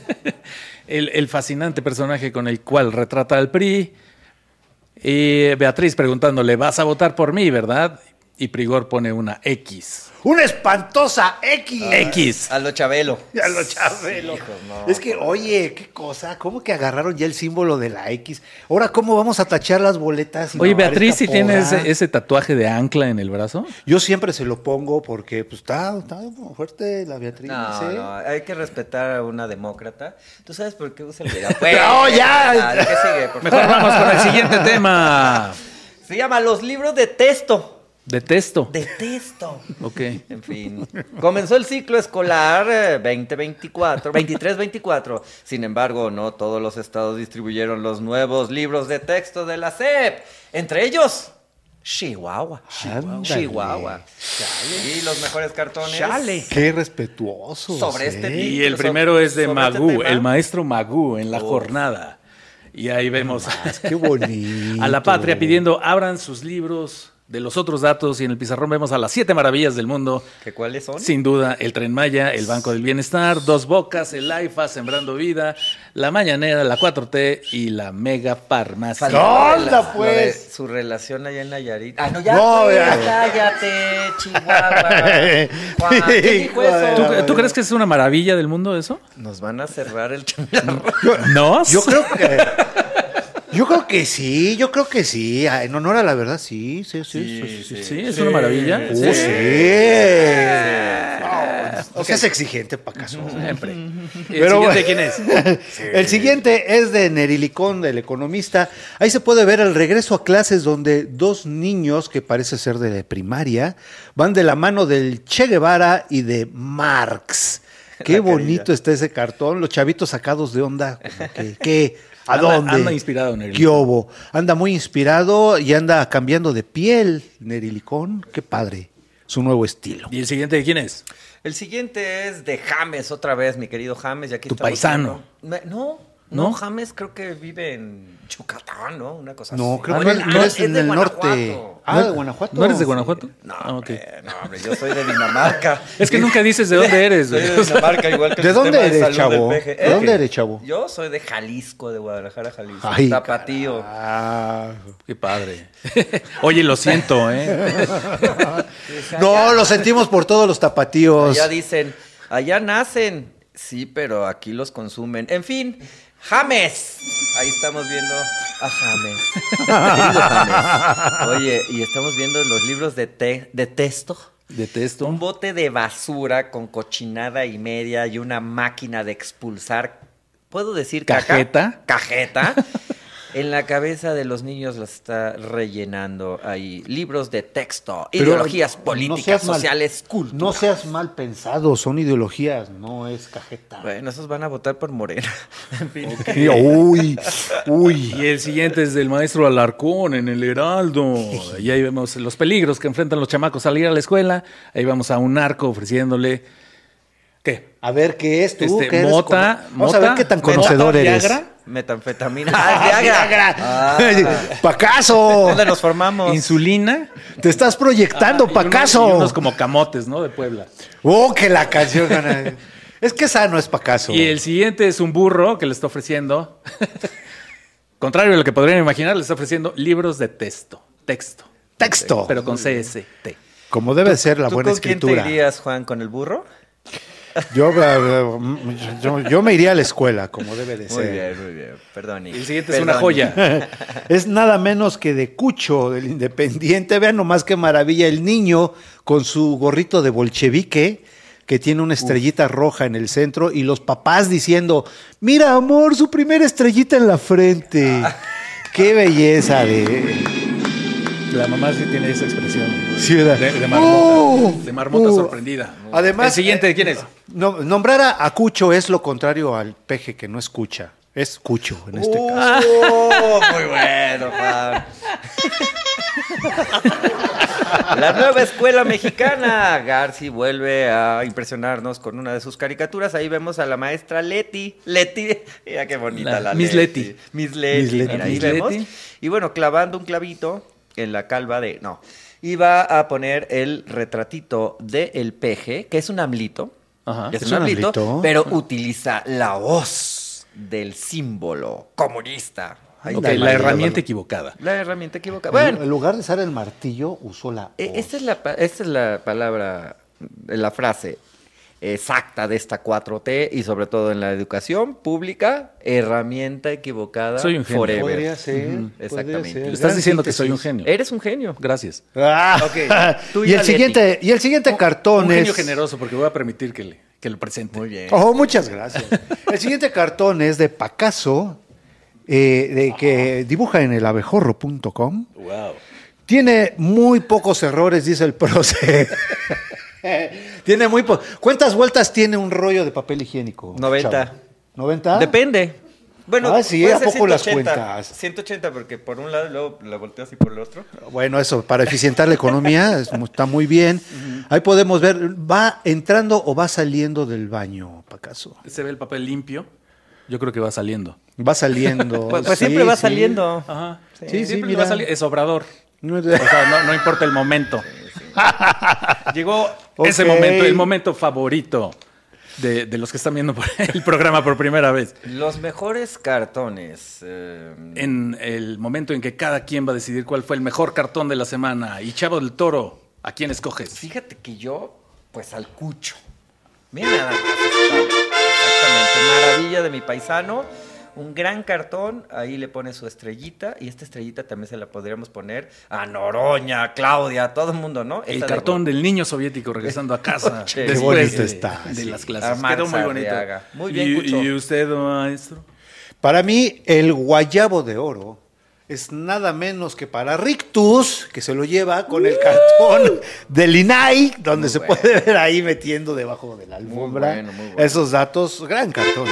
Speaker 2: <laughs> el, el fascinante personaje con el cual retrata al PRI. Y Beatriz preguntándole, vas a votar por mí, ¿verdad? Y Prigor pone una X.
Speaker 3: ¡Una espantosa X!
Speaker 2: X.
Speaker 1: A lo Chabelo.
Speaker 3: Ya lo chabelo.
Speaker 1: Hijo, no.
Speaker 3: es que, oye, qué cosa. ¿Cómo que agarraron ya el símbolo de la X? Ahora, ¿cómo vamos a tachar las boletas? y
Speaker 2: Oye,
Speaker 3: lavar
Speaker 2: Beatriz,
Speaker 3: esta
Speaker 2: si tiene
Speaker 3: porra?
Speaker 2: ese, ese tatuaje de ancla en el brazo?
Speaker 3: Yo siempre se lo pongo porque, pues, está, está fuerte la Beatriz.
Speaker 1: No,
Speaker 3: ¿eh?
Speaker 1: no, hay que respetar a una demócrata. ¿Tú sabes por qué usa el video?
Speaker 3: ¡No, ya!
Speaker 1: Ah, ¿de ¿Qué sigue? Por
Speaker 2: Mejor
Speaker 1: favor.
Speaker 2: vamos con el siguiente <laughs> tema.
Speaker 1: Se llama Los libros de texto.
Speaker 2: De texto.
Speaker 1: De texto.
Speaker 2: Ok.
Speaker 1: En fin. Comenzó el ciclo escolar eh, 2024, 23-24. Sin embargo, no todos los estados distribuyeron los nuevos libros de texto de la SEP. Entre ellos, Chihuahua.
Speaker 3: Ándale.
Speaker 1: Chihuahua. Y los mejores cartones.
Speaker 3: Qué ¿eh? respetuoso.
Speaker 1: Sobre este
Speaker 2: Y
Speaker 1: Sí,
Speaker 2: el
Speaker 1: so-
Speaker 2: primero es de
Speaker 1: sobre este
Speaker 2: Magú,
Speaker 1: tema.
Speaker 2: el maestro Magú en la
Speaker 1: Uf.
Speaker 2: jornada. Y ahí vemos
Speaker 3: Qué
Speaker 2: <laughs>
Speaker 3: bonito.
Speaker 2: a la patria pidiendo abran sus libros de los otros datos y en el pizarrón vemos a las siete maravillas del mundo.
Speaker 1: ¿Que ¿Cuáles son?
Speaker 2: Sin duda, el Tren Maya, el Banco del Bienestar, Dos Bocas, el AIFA, Sembrando Vida, la Mañanera, la 4T y la Mega Farmacia.
Speaker 1: Faltó lo de la-
Speaker 3: ¡Hola,
Speaker 1: lo de
Speaker 3: pues!
Speaker 1: Su relación allá en Nayarit. Ah, no,
Speaker 3: ya,
Speaker 1: ya.
Speaker 3: No, pues, ya.
Speaker 1: Cállate, Chihuahua.
Speaker 3: <laughs>
Speaker 1: Juan, ¿quién dijo eso?
Speaker 2: ¿Tú, tú crees que es una maravilla del mundo eso?
Speaker 1: Nos van a cerrar el changarro.
Speaker 3: Mm.
Speaker 2: No.
Speaker 3: Yo creo que. Yo creo que sí, yo creo que sí. Ah, En honor a la verdad, sí, sí, sí. sí, sí, sí.
Speaker 2: Sí, es una maravilla.
Speaker 3: Oh, sí. No, o sea, es exigente para caso.
Speaker 2: Siempre. ¿Y el
Speaker 3: Pero
Speaker 2: siguiente
Speaker 3: bueno.
Speaker 2: quién es?
Speaker 3: El siguiente es de Nerilicón, del economista. Ahí se puede ver el regreso a clases donde dos niños, que parece
Speaker 2: <laughs>
Speaker 3: ser de primaria, van de la mano del Che Guevara y de Marx. Qué
Speaker 1: La
Speaker 3: bonito
Speaker 1: carilla.
Speaker 3: está ese cartón, los chavitos sacados de onda. como que, ¿Qué? ¿A
Speaker 2: Anda-
Speaker 3: dónde?
Speaker 2: anda inspirado, Nerilito.
Speaker 3: ¿Qué hubo? Anda muy inspirado y anda cambiando de piel, Nerilicón. Qué padre, su nuevo estilo.
Speaker 2: ¿Y el siguiente de quién es?
Speaker 1: El siguiente es de James, otra vez, mi querido James. Ya que
Speaker 2: Tu
Speaker 1: estamos
Speaker 2: paisano.
Speaker 1: hablando- Me- No, no,
Speaker 2: ¿No?
Speaker 1: James creo que vive en Yucatán, ¿no? Una cosa
Speaker 3: No,
Speaker 1: así.
Speaker 3: creo
Speaker 1: Ah,
Speaker 3: que
Speaker 1: ah,
Speaker 3: no es en
Speaker 1: de
Speaker 3: el norte.
Speaker 1: Guanajuato.
Speaker 3: Ah, de Guanajuato.
Speaker 2: ¿No eres de Guanajuato?
Speaker 1: No,
Speaker 2: Ah, ok.
Speaker 1: hombre, no, hombre, yo soy de Dinamarca.
Speaker 3: <laughs>
Speaker 2: Es que nunca dices de dónde eres,
Speaker 1: Soy
Speaker 2: güey. <laughs>
Speaker 1: de Dinamarca, igual que el
Speaker 3: ¿De dónde
Speaker 1: sistema
Speaker 3: eres,
Speaker 1: salud del
Speaker 3: chavo?
Speaker 1: PG.
Speaker 3: ¿De
Speaker 1: ¿Eh?
Speaker 3: dónde eres, chavo?
Speaker 1: Yo soy de Jalisco, de Guadalajara, Jalisco.
Speaker 3: Ay,
Speaker 1: Tapatío.
Speaker 3: Ah.
Speaker 2: Qué padre. Oye, lo siento, ¿eh?
Speaker 3: No, lo sentimos por todos los tapatíos.
Speaker 1: Allá dicen, allá nacen. Sí, pero aquí los consumen. En fin, James. Ahí estamos viendo a James. Querido James. Oye, y estamos viendo los libros de, te- de texto.
Speaker 2: Detesto.
Speaker 1: Un bote de basura con cochinada y media y una máquina de expulsar, ¿puedo decir caca?
Speaker 2: Cajeta.
Speaker 1: Cajeta. En la cabeza de los niños la está rellenando ahí. Libros de texto,
Speaker 3: Pero
Speaker 1: ideologías
Speaker 3: no
Speaker 1: políticas,
Speaker 3: seas mal-
Speaker 1: sociales, cultura.
Speaker 3: No seas mal pensado, son ideologías, no es cajeta.
Speaker 1: Bueno, esos van a votar por
Speaker 2: <laughs>
Speaker 1: Morena. En fin.
Speaker 3: Sí, Uy, uy.
Speaker 2: Y el siguiente es del maestro Alarcón en el Heraldo. Y ahí vemos los peligros que enfrentan los chamacos al ir a la escuela. Ahí vamos a un narco ofreciéndole. ¿Qué?
Speaker 3: A ver qué es tú,
Speaker 2: Este,
Speaker 3: ¿Qué eres
Speaker 2: mota,
Speaker 3: cono- Vamos a
Speaker 2: mota,
Speaker 3: ver qué tan
Speaker 2: mota,
Speaker 3: conocedor eres.
Speaker 2: Viagra.
Speaker 1: Metanfetamina.
Speaker 2: <laughs>
Speaker 3: Ah,
Speaker 1: ¡Ah, Viagra! Ah.
Speaker 3: <laughs> Pacaso.
Speaker 1: ¿Dónde nos formamos?
Speaker 2: Insulina.
Speaker 3: Te estás proyectando,
Speaker 2: Ah, y
Speaker 3: Pacaso.
Speaker 2: unos- y unos como camotes, ¿no? De Puebla.
Speaker 3: Oh, que la canción. gana. es que esa no es Pacaso.
Speaker 2: Y el siguiente es un burro que le está ofreciendo, <laughs> contrario a lo que podrían imaginar, le está ofreciendo libros de texto, texto,
Speaker 3: texto.
Speaker 2: pero con CST.
Speaker 3: como debe ser la
Speaker 1: ¿Tú
Speaker 3: buena
Speaker 1: con quién
Speaker 3: escritura.
Speaker 1: te irías, Juan, con el burro?
Speaker 3: Yo, eh, yo, yo me iría a la escuela, como debe de
Speaker 1: Muy
Speaker 3: ser.
Speaker 1: bien, muy bien. Perdón. Nick.
Speaker 2: Y el siguiente es
Speaker 1: Perdón,
Speaker 2: una joya.
Speaker 3: Es nada menos que de Cucho, del Independiente. Vean nomás qué maravilla el niño con su gorrito de bolchevique que tiene una estrellita roja en el centro y los papás diciendo, mira amor, su primera estrellita en la frente.
Speaker 1: Ah.
Speaker 3: Qué belleza de...
Speaker 2: La mamá sí tiene esa expresión.
Speaker 3: Sí, ¿verdad?
Speaker 2: De, de marmota,
Speaker 3: ¡Oh!
Speaker 2: de marmota
Speaker 3: ¡Oh!
Speaker 2: sorprendida.
Speaker 3: Además,
Speaker 2: el siguiente,
Speaker 3: eh,
Speaker 2: ¿quién es?
Speaker 3: No- nombrar a, a Cucho es lo contrario al peje que no escucha. Es Cucho en este caso.
Speaker 1: ¡Oh! <laughs> Muy bueno, Juan. <laughs> La nueva escuela mexicana. Garci vuelve a impresionarnos con una de sus caricaturas. Ahí vemos a la maestra Leti. Leti. Mira qué bonita la,
Speaker 2: La- Miss Leti.
Speaker 1: Miss Leti.
Speaker 3: Miss Leti.
Speaker 1: mira, ahí
Speaker 2: Miss
Speaker 1: vemos.
Speaker 2: Leti.
Speaker 1: Y bueno, clavando un clavito en la calva de. No. Y va a poner el retratito de el peje, que es un amlito.
Speaker 2: Ajá.
Speaker 1: Es,
Speaker 3: Es
Speaker 1: un
Speaker 3: un
Speaker 1: amlito,
Speaker 3: amlito.
Speaker 1: pero utiliza la voz del símbolo comunista. Ahí
Speaker 2: Ok,
Speaker 1: está.
Speaker 2: la
Speaker 3: María,
Speaker 2: herramienta
Speaker 3: vale.
Speaker 2: equivocada.
Speaker 1: La herramienta equivocada.
Speaker 3: Eh, Bueno. Eh, este En
Speaker 1: Bueno,
Speaker 3: lugar de usar el martillo, usó la...
Speaker 1: e-
Speaker 3: hoz.
Speaker 1: esta es la, pa- esta es la palabra, eh, la frase exacta de esta 4T y sobre todo en la educación pública, herramienta equivocada
Speaker 2: Soy un genio.
Speaker 1: forever.
Speaker 3: Podría ser.
Speaker 1: Ujú,
Speaker 3: podría
Speaker 1: Exactamente.
Speaker 3: ser.
Speaker 2: Estás
Speaker 3: Gran
Speaker 2: diciendo que soy un
Speaker 3: síntesis.
Speaker 2: genio.
Speaker 1: Eres un genio.
Speaker 2: Gracias.
Speaker 3: <laughs> Ah,
Speaker 1: Ok, tú
Speaker 3: y,
Speaker 1: ya,
Speaker 3: el
Speaker 1: Leti.
Speaker 3: siguiente, y el siguiente cartón
Speaker 2: Un
Speaker 3: es.
Speaker 2: genio generoso porque voy a permitir que, le- que lo presente.
Speaker 1: Muy bien.
Speaker 3: Oh, muchas gracias. El siguiente cartón es de Pacaso, eh, de que dibuja en el abejorro.com.
Speaker 2: Wow.
Speaker 3: Tiene muy pocos errores, dice el proce. tiene muy po- ¿Cuántas vueltas tiene un rollo de papel higiénico?
Speaker 1: 90.
Speaker 3: chavo? ¿90?
Speaker 1: Depende. Bueno,
Speaker 3: Ah, sí,
Speaker 1: puede
Speaker 3: ¿a
Speaker 1: ser
Speaker 3: poco las cuentas?
Speaker 1: 180 porque por un lado y luego la volteas y por el otro.
Speaker 3: Bueno, eso, para eficientar la
Speaker 1: <laughs>
Speaker 3: economía es mu- está muy bien. Ahí podemos ver, ¿va entrando o va saliendo del baño, Pacaso?
Speaker 2: Se ve el papel limpio. Yo creo que va saliendo.
Speaker 3: Va saliendo.
Speaker 1: <laughs> Pues,
Speaker 3: Oh, sí,
Speaker 1: siempre va
Speaker 3: sí. Ah.
Speaker 1: saliendo.
Speaker 2: Ajá.
Speaker 3: Sí, sí,
Speaker 2: Siempre
Speaker 3: mira.
Speaker 2: va a salir- Es obrador.
Speaker 3: No
Speaker 1: <laughs>
Speaker 3: es
Speaker 2: O
Speaker 3: de-
Speaker 2: sea, no, no importa el momento. Llegó ese
Speaker 3: Ok.
Speaker 2: momento, el momento favorito de, de los que están viendo por- el programa por primera vez.
Speaker 1: Los mejores cartones. eh,
Speaker 2: En el momento en que cada quien va a decidir cuál fue el mejor cartón de la semana. Y Chavo del Toro, ¿a quién escoges?
Speaker 1: fíjate que yo, pues al cucho. Mira nada más. está- Exactamente. Maravilla de mi paisano. Un gran cartón, ahí le pone su estrellita y esta estrellita también se la podríamos poner a Noroña, a Claudia, a todo el mundo, ¿no?
Speaker 2: El cartón del niño soviético regresando a casa.
Speaker 1: Qué
Speaker 2: después
Speaker 3: bonito
Speaker 2: de,
Speaker 3: está,
Speaker 2: de
Speaker 3: sí.
Speaker 2: las clases.
Speaker 1: Armar
Speaker 2: Quedó muy bonito.
Speaker 1: Sarriaga. Muy bien,
Speaker 2: ¿Y,
Speaker 1: Cucho.
Speaker 2: y usted, maestro?
Speaker 3: Para mí, el guayabo de oro es nada menos que para Rictus, que se lo lleva con el cartón <laughs> del INAI,
Speaker 1: Uh.
Speaker 3: donde
Speaker 1: Muy
Speaker 3: se
Speaker 1: bueno.
Speaker 3: puede ver ahí metiendo debajo de la alfombra
Speaker 1: bueno, muy bueno.
Speaker 3: esos datos. Gran cartón.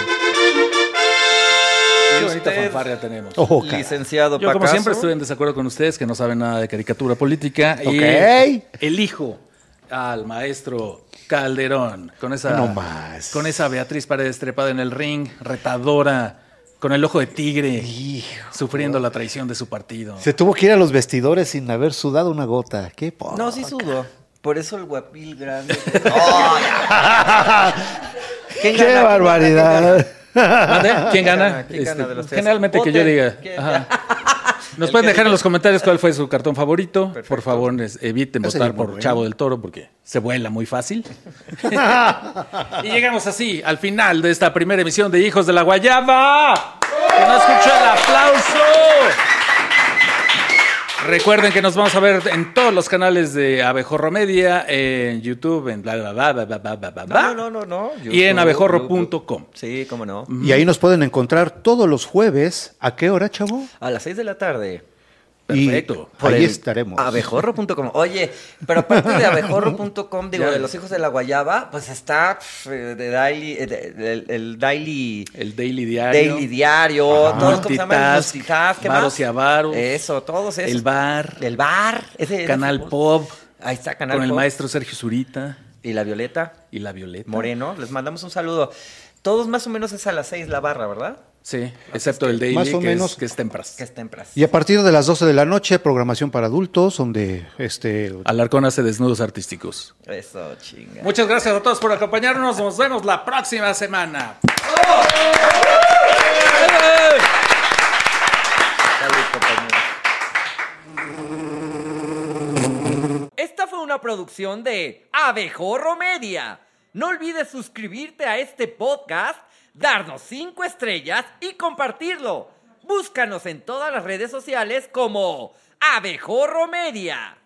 Speaker 2: Qué bonita
Speaker 1: usted-
Speaker 2: fanfarria tenemos.
Speaker 3: Ojo, cara.
Speaker 1: Licenciado
Speaker 2: Yo, como
Speaker 1: Pacazo.
Speaker 2: siempre, estoy en desacuerdo con ustedes que no saben nada de caricatura política.
Speaker 3: Ok.
Speaker 2: Y elijo al maestro Calderón con esa,
Speaker 3: No más.
Speaker 2: con esa Beatriz Paredes trepada en el ring, retadora, con el ojo de tigre, sufriendo la traición de su partido.
Speaker 3: Se tuvo que ir a los vestidores sin haber sudado una gota. Qué poca.
Speaker 1: No, sí sudo. Por eso el guapil
Speaker 2: <laughs>
Speaker 1: grande. ¡Oh, ya! ¿Quién gana? ¿Quién
Speaker 3: Qué
Speaker 1: gana?
Speaker 3: barbaridad.
Speaker 2: ¿Mande? ¿Quién gana?
Speaker 1: ¿Quién gana
Speaker 2: Este,
Speaker 1: de los tres?
Speaker 2: generalmente que yo
Speaker 1: Voten.
Speaker 2: diga.
Speaker 1: ¿Quién?
Speaker 2: Ajá. Nos
Speaker 1: El
Speaker 2: pueden
Speaker 1: que
Speaker 2: dejar en
Speaker 1: diga.
Speaker 2: los comentarios cuál fue su cartón favorito. Por
Speaker 1: Perfecto.
Speaker 2: favor, es- eviten
Speaker 3: Ese
Speaker 2: votar
Speaker 3: es muy
Speaker 2: por
Speaker 3: bueno.
Speaker 2: Chavo del Toro porque se vuela muy fácil. y llegamos así al final de esta primera emisión de Hijos de la Guayaba. Que no escucho el aplauso. Recuerden que nos vamos a ver en todos los canales de Abejorro Media, en YouTube, en bla bla bla bla bla bla bla, bla.
Speaker 1: No, no, no, no.
Speaker 2: Y en abejorro.com.
Speaker 1: Sí, cómo no.
Speaker 3: <laughs> Y ahí nos pueden encontrar todos los jueves. ¿A qué hora, chavo?
Speaker 1: A las 6 de la tarde.
Speaker 2: Perfecto.
Speaker 3: Y
Speaker 1: Por
Speaker 3: ahí
Speaker 1: el
Speaker 3: estaremos.
Speaker 1: Abejorro.com. Oye, pero aparte
Speaker 2: <laughs>
Speaker 1: de abejorro.com, digo, de los hijos de la guayaba, pues está pf, eh, de daily, eh, de- de- el, el daily,
Speaker 2: El Daily Diario.
Speaker 1: daily diario,
Speaker 3: Ajá.
Speaker 1: todos, ¿cómo se llama? El
Speaker 2: Multitask,
Speaker 1: multitask, ¿qué más?
Speaker 2: Varos y Avaros.
Speaker 1: Eso, todos esos.
Speaker 2: El bar.
Speaker 1: El bar. Ese
Speaker 2: Canal
Speaker 1: ese-
Speaker 2: Pop.
Speaker 1: Ahí está, Canal
Speaker 2: Con el
Speaker 1: Pop.
Speaker 2: maestro Sergio Zurita
Speaker 1: Y la Violeta
Speaker 2: y la Violeta.
Speaker 1: Moreno. Les mandamos un saludo. Todos más o menos es a las 6 la barra, ¿verdad?
Speaker 2: Sí, excepto el Daily,
Speaker 3: más o
Speaker 2: que,
Speaker 3: menos-
Speaker 2: es, que es temprano.
Speaker 1: Que es temprano.
Speaker 3: Y a partir de las 12 de la noche, programación para adultos, donde este
Speaker 2: Alarcón hace desnudos artísticos.
Speaker 1: Eso, chinga.
Speaker 2: Muchas gracias a todos por acompañarnos. Nos vemos la próxima semana.
Speaker 1: Salud, compañeros. Esta fue una producción de Abejorro Media. No olvides suscribirte a este podcast, darnos 5 estrellas y compartirlo. Búscanos en todas las redes sociales como Abejorro Media.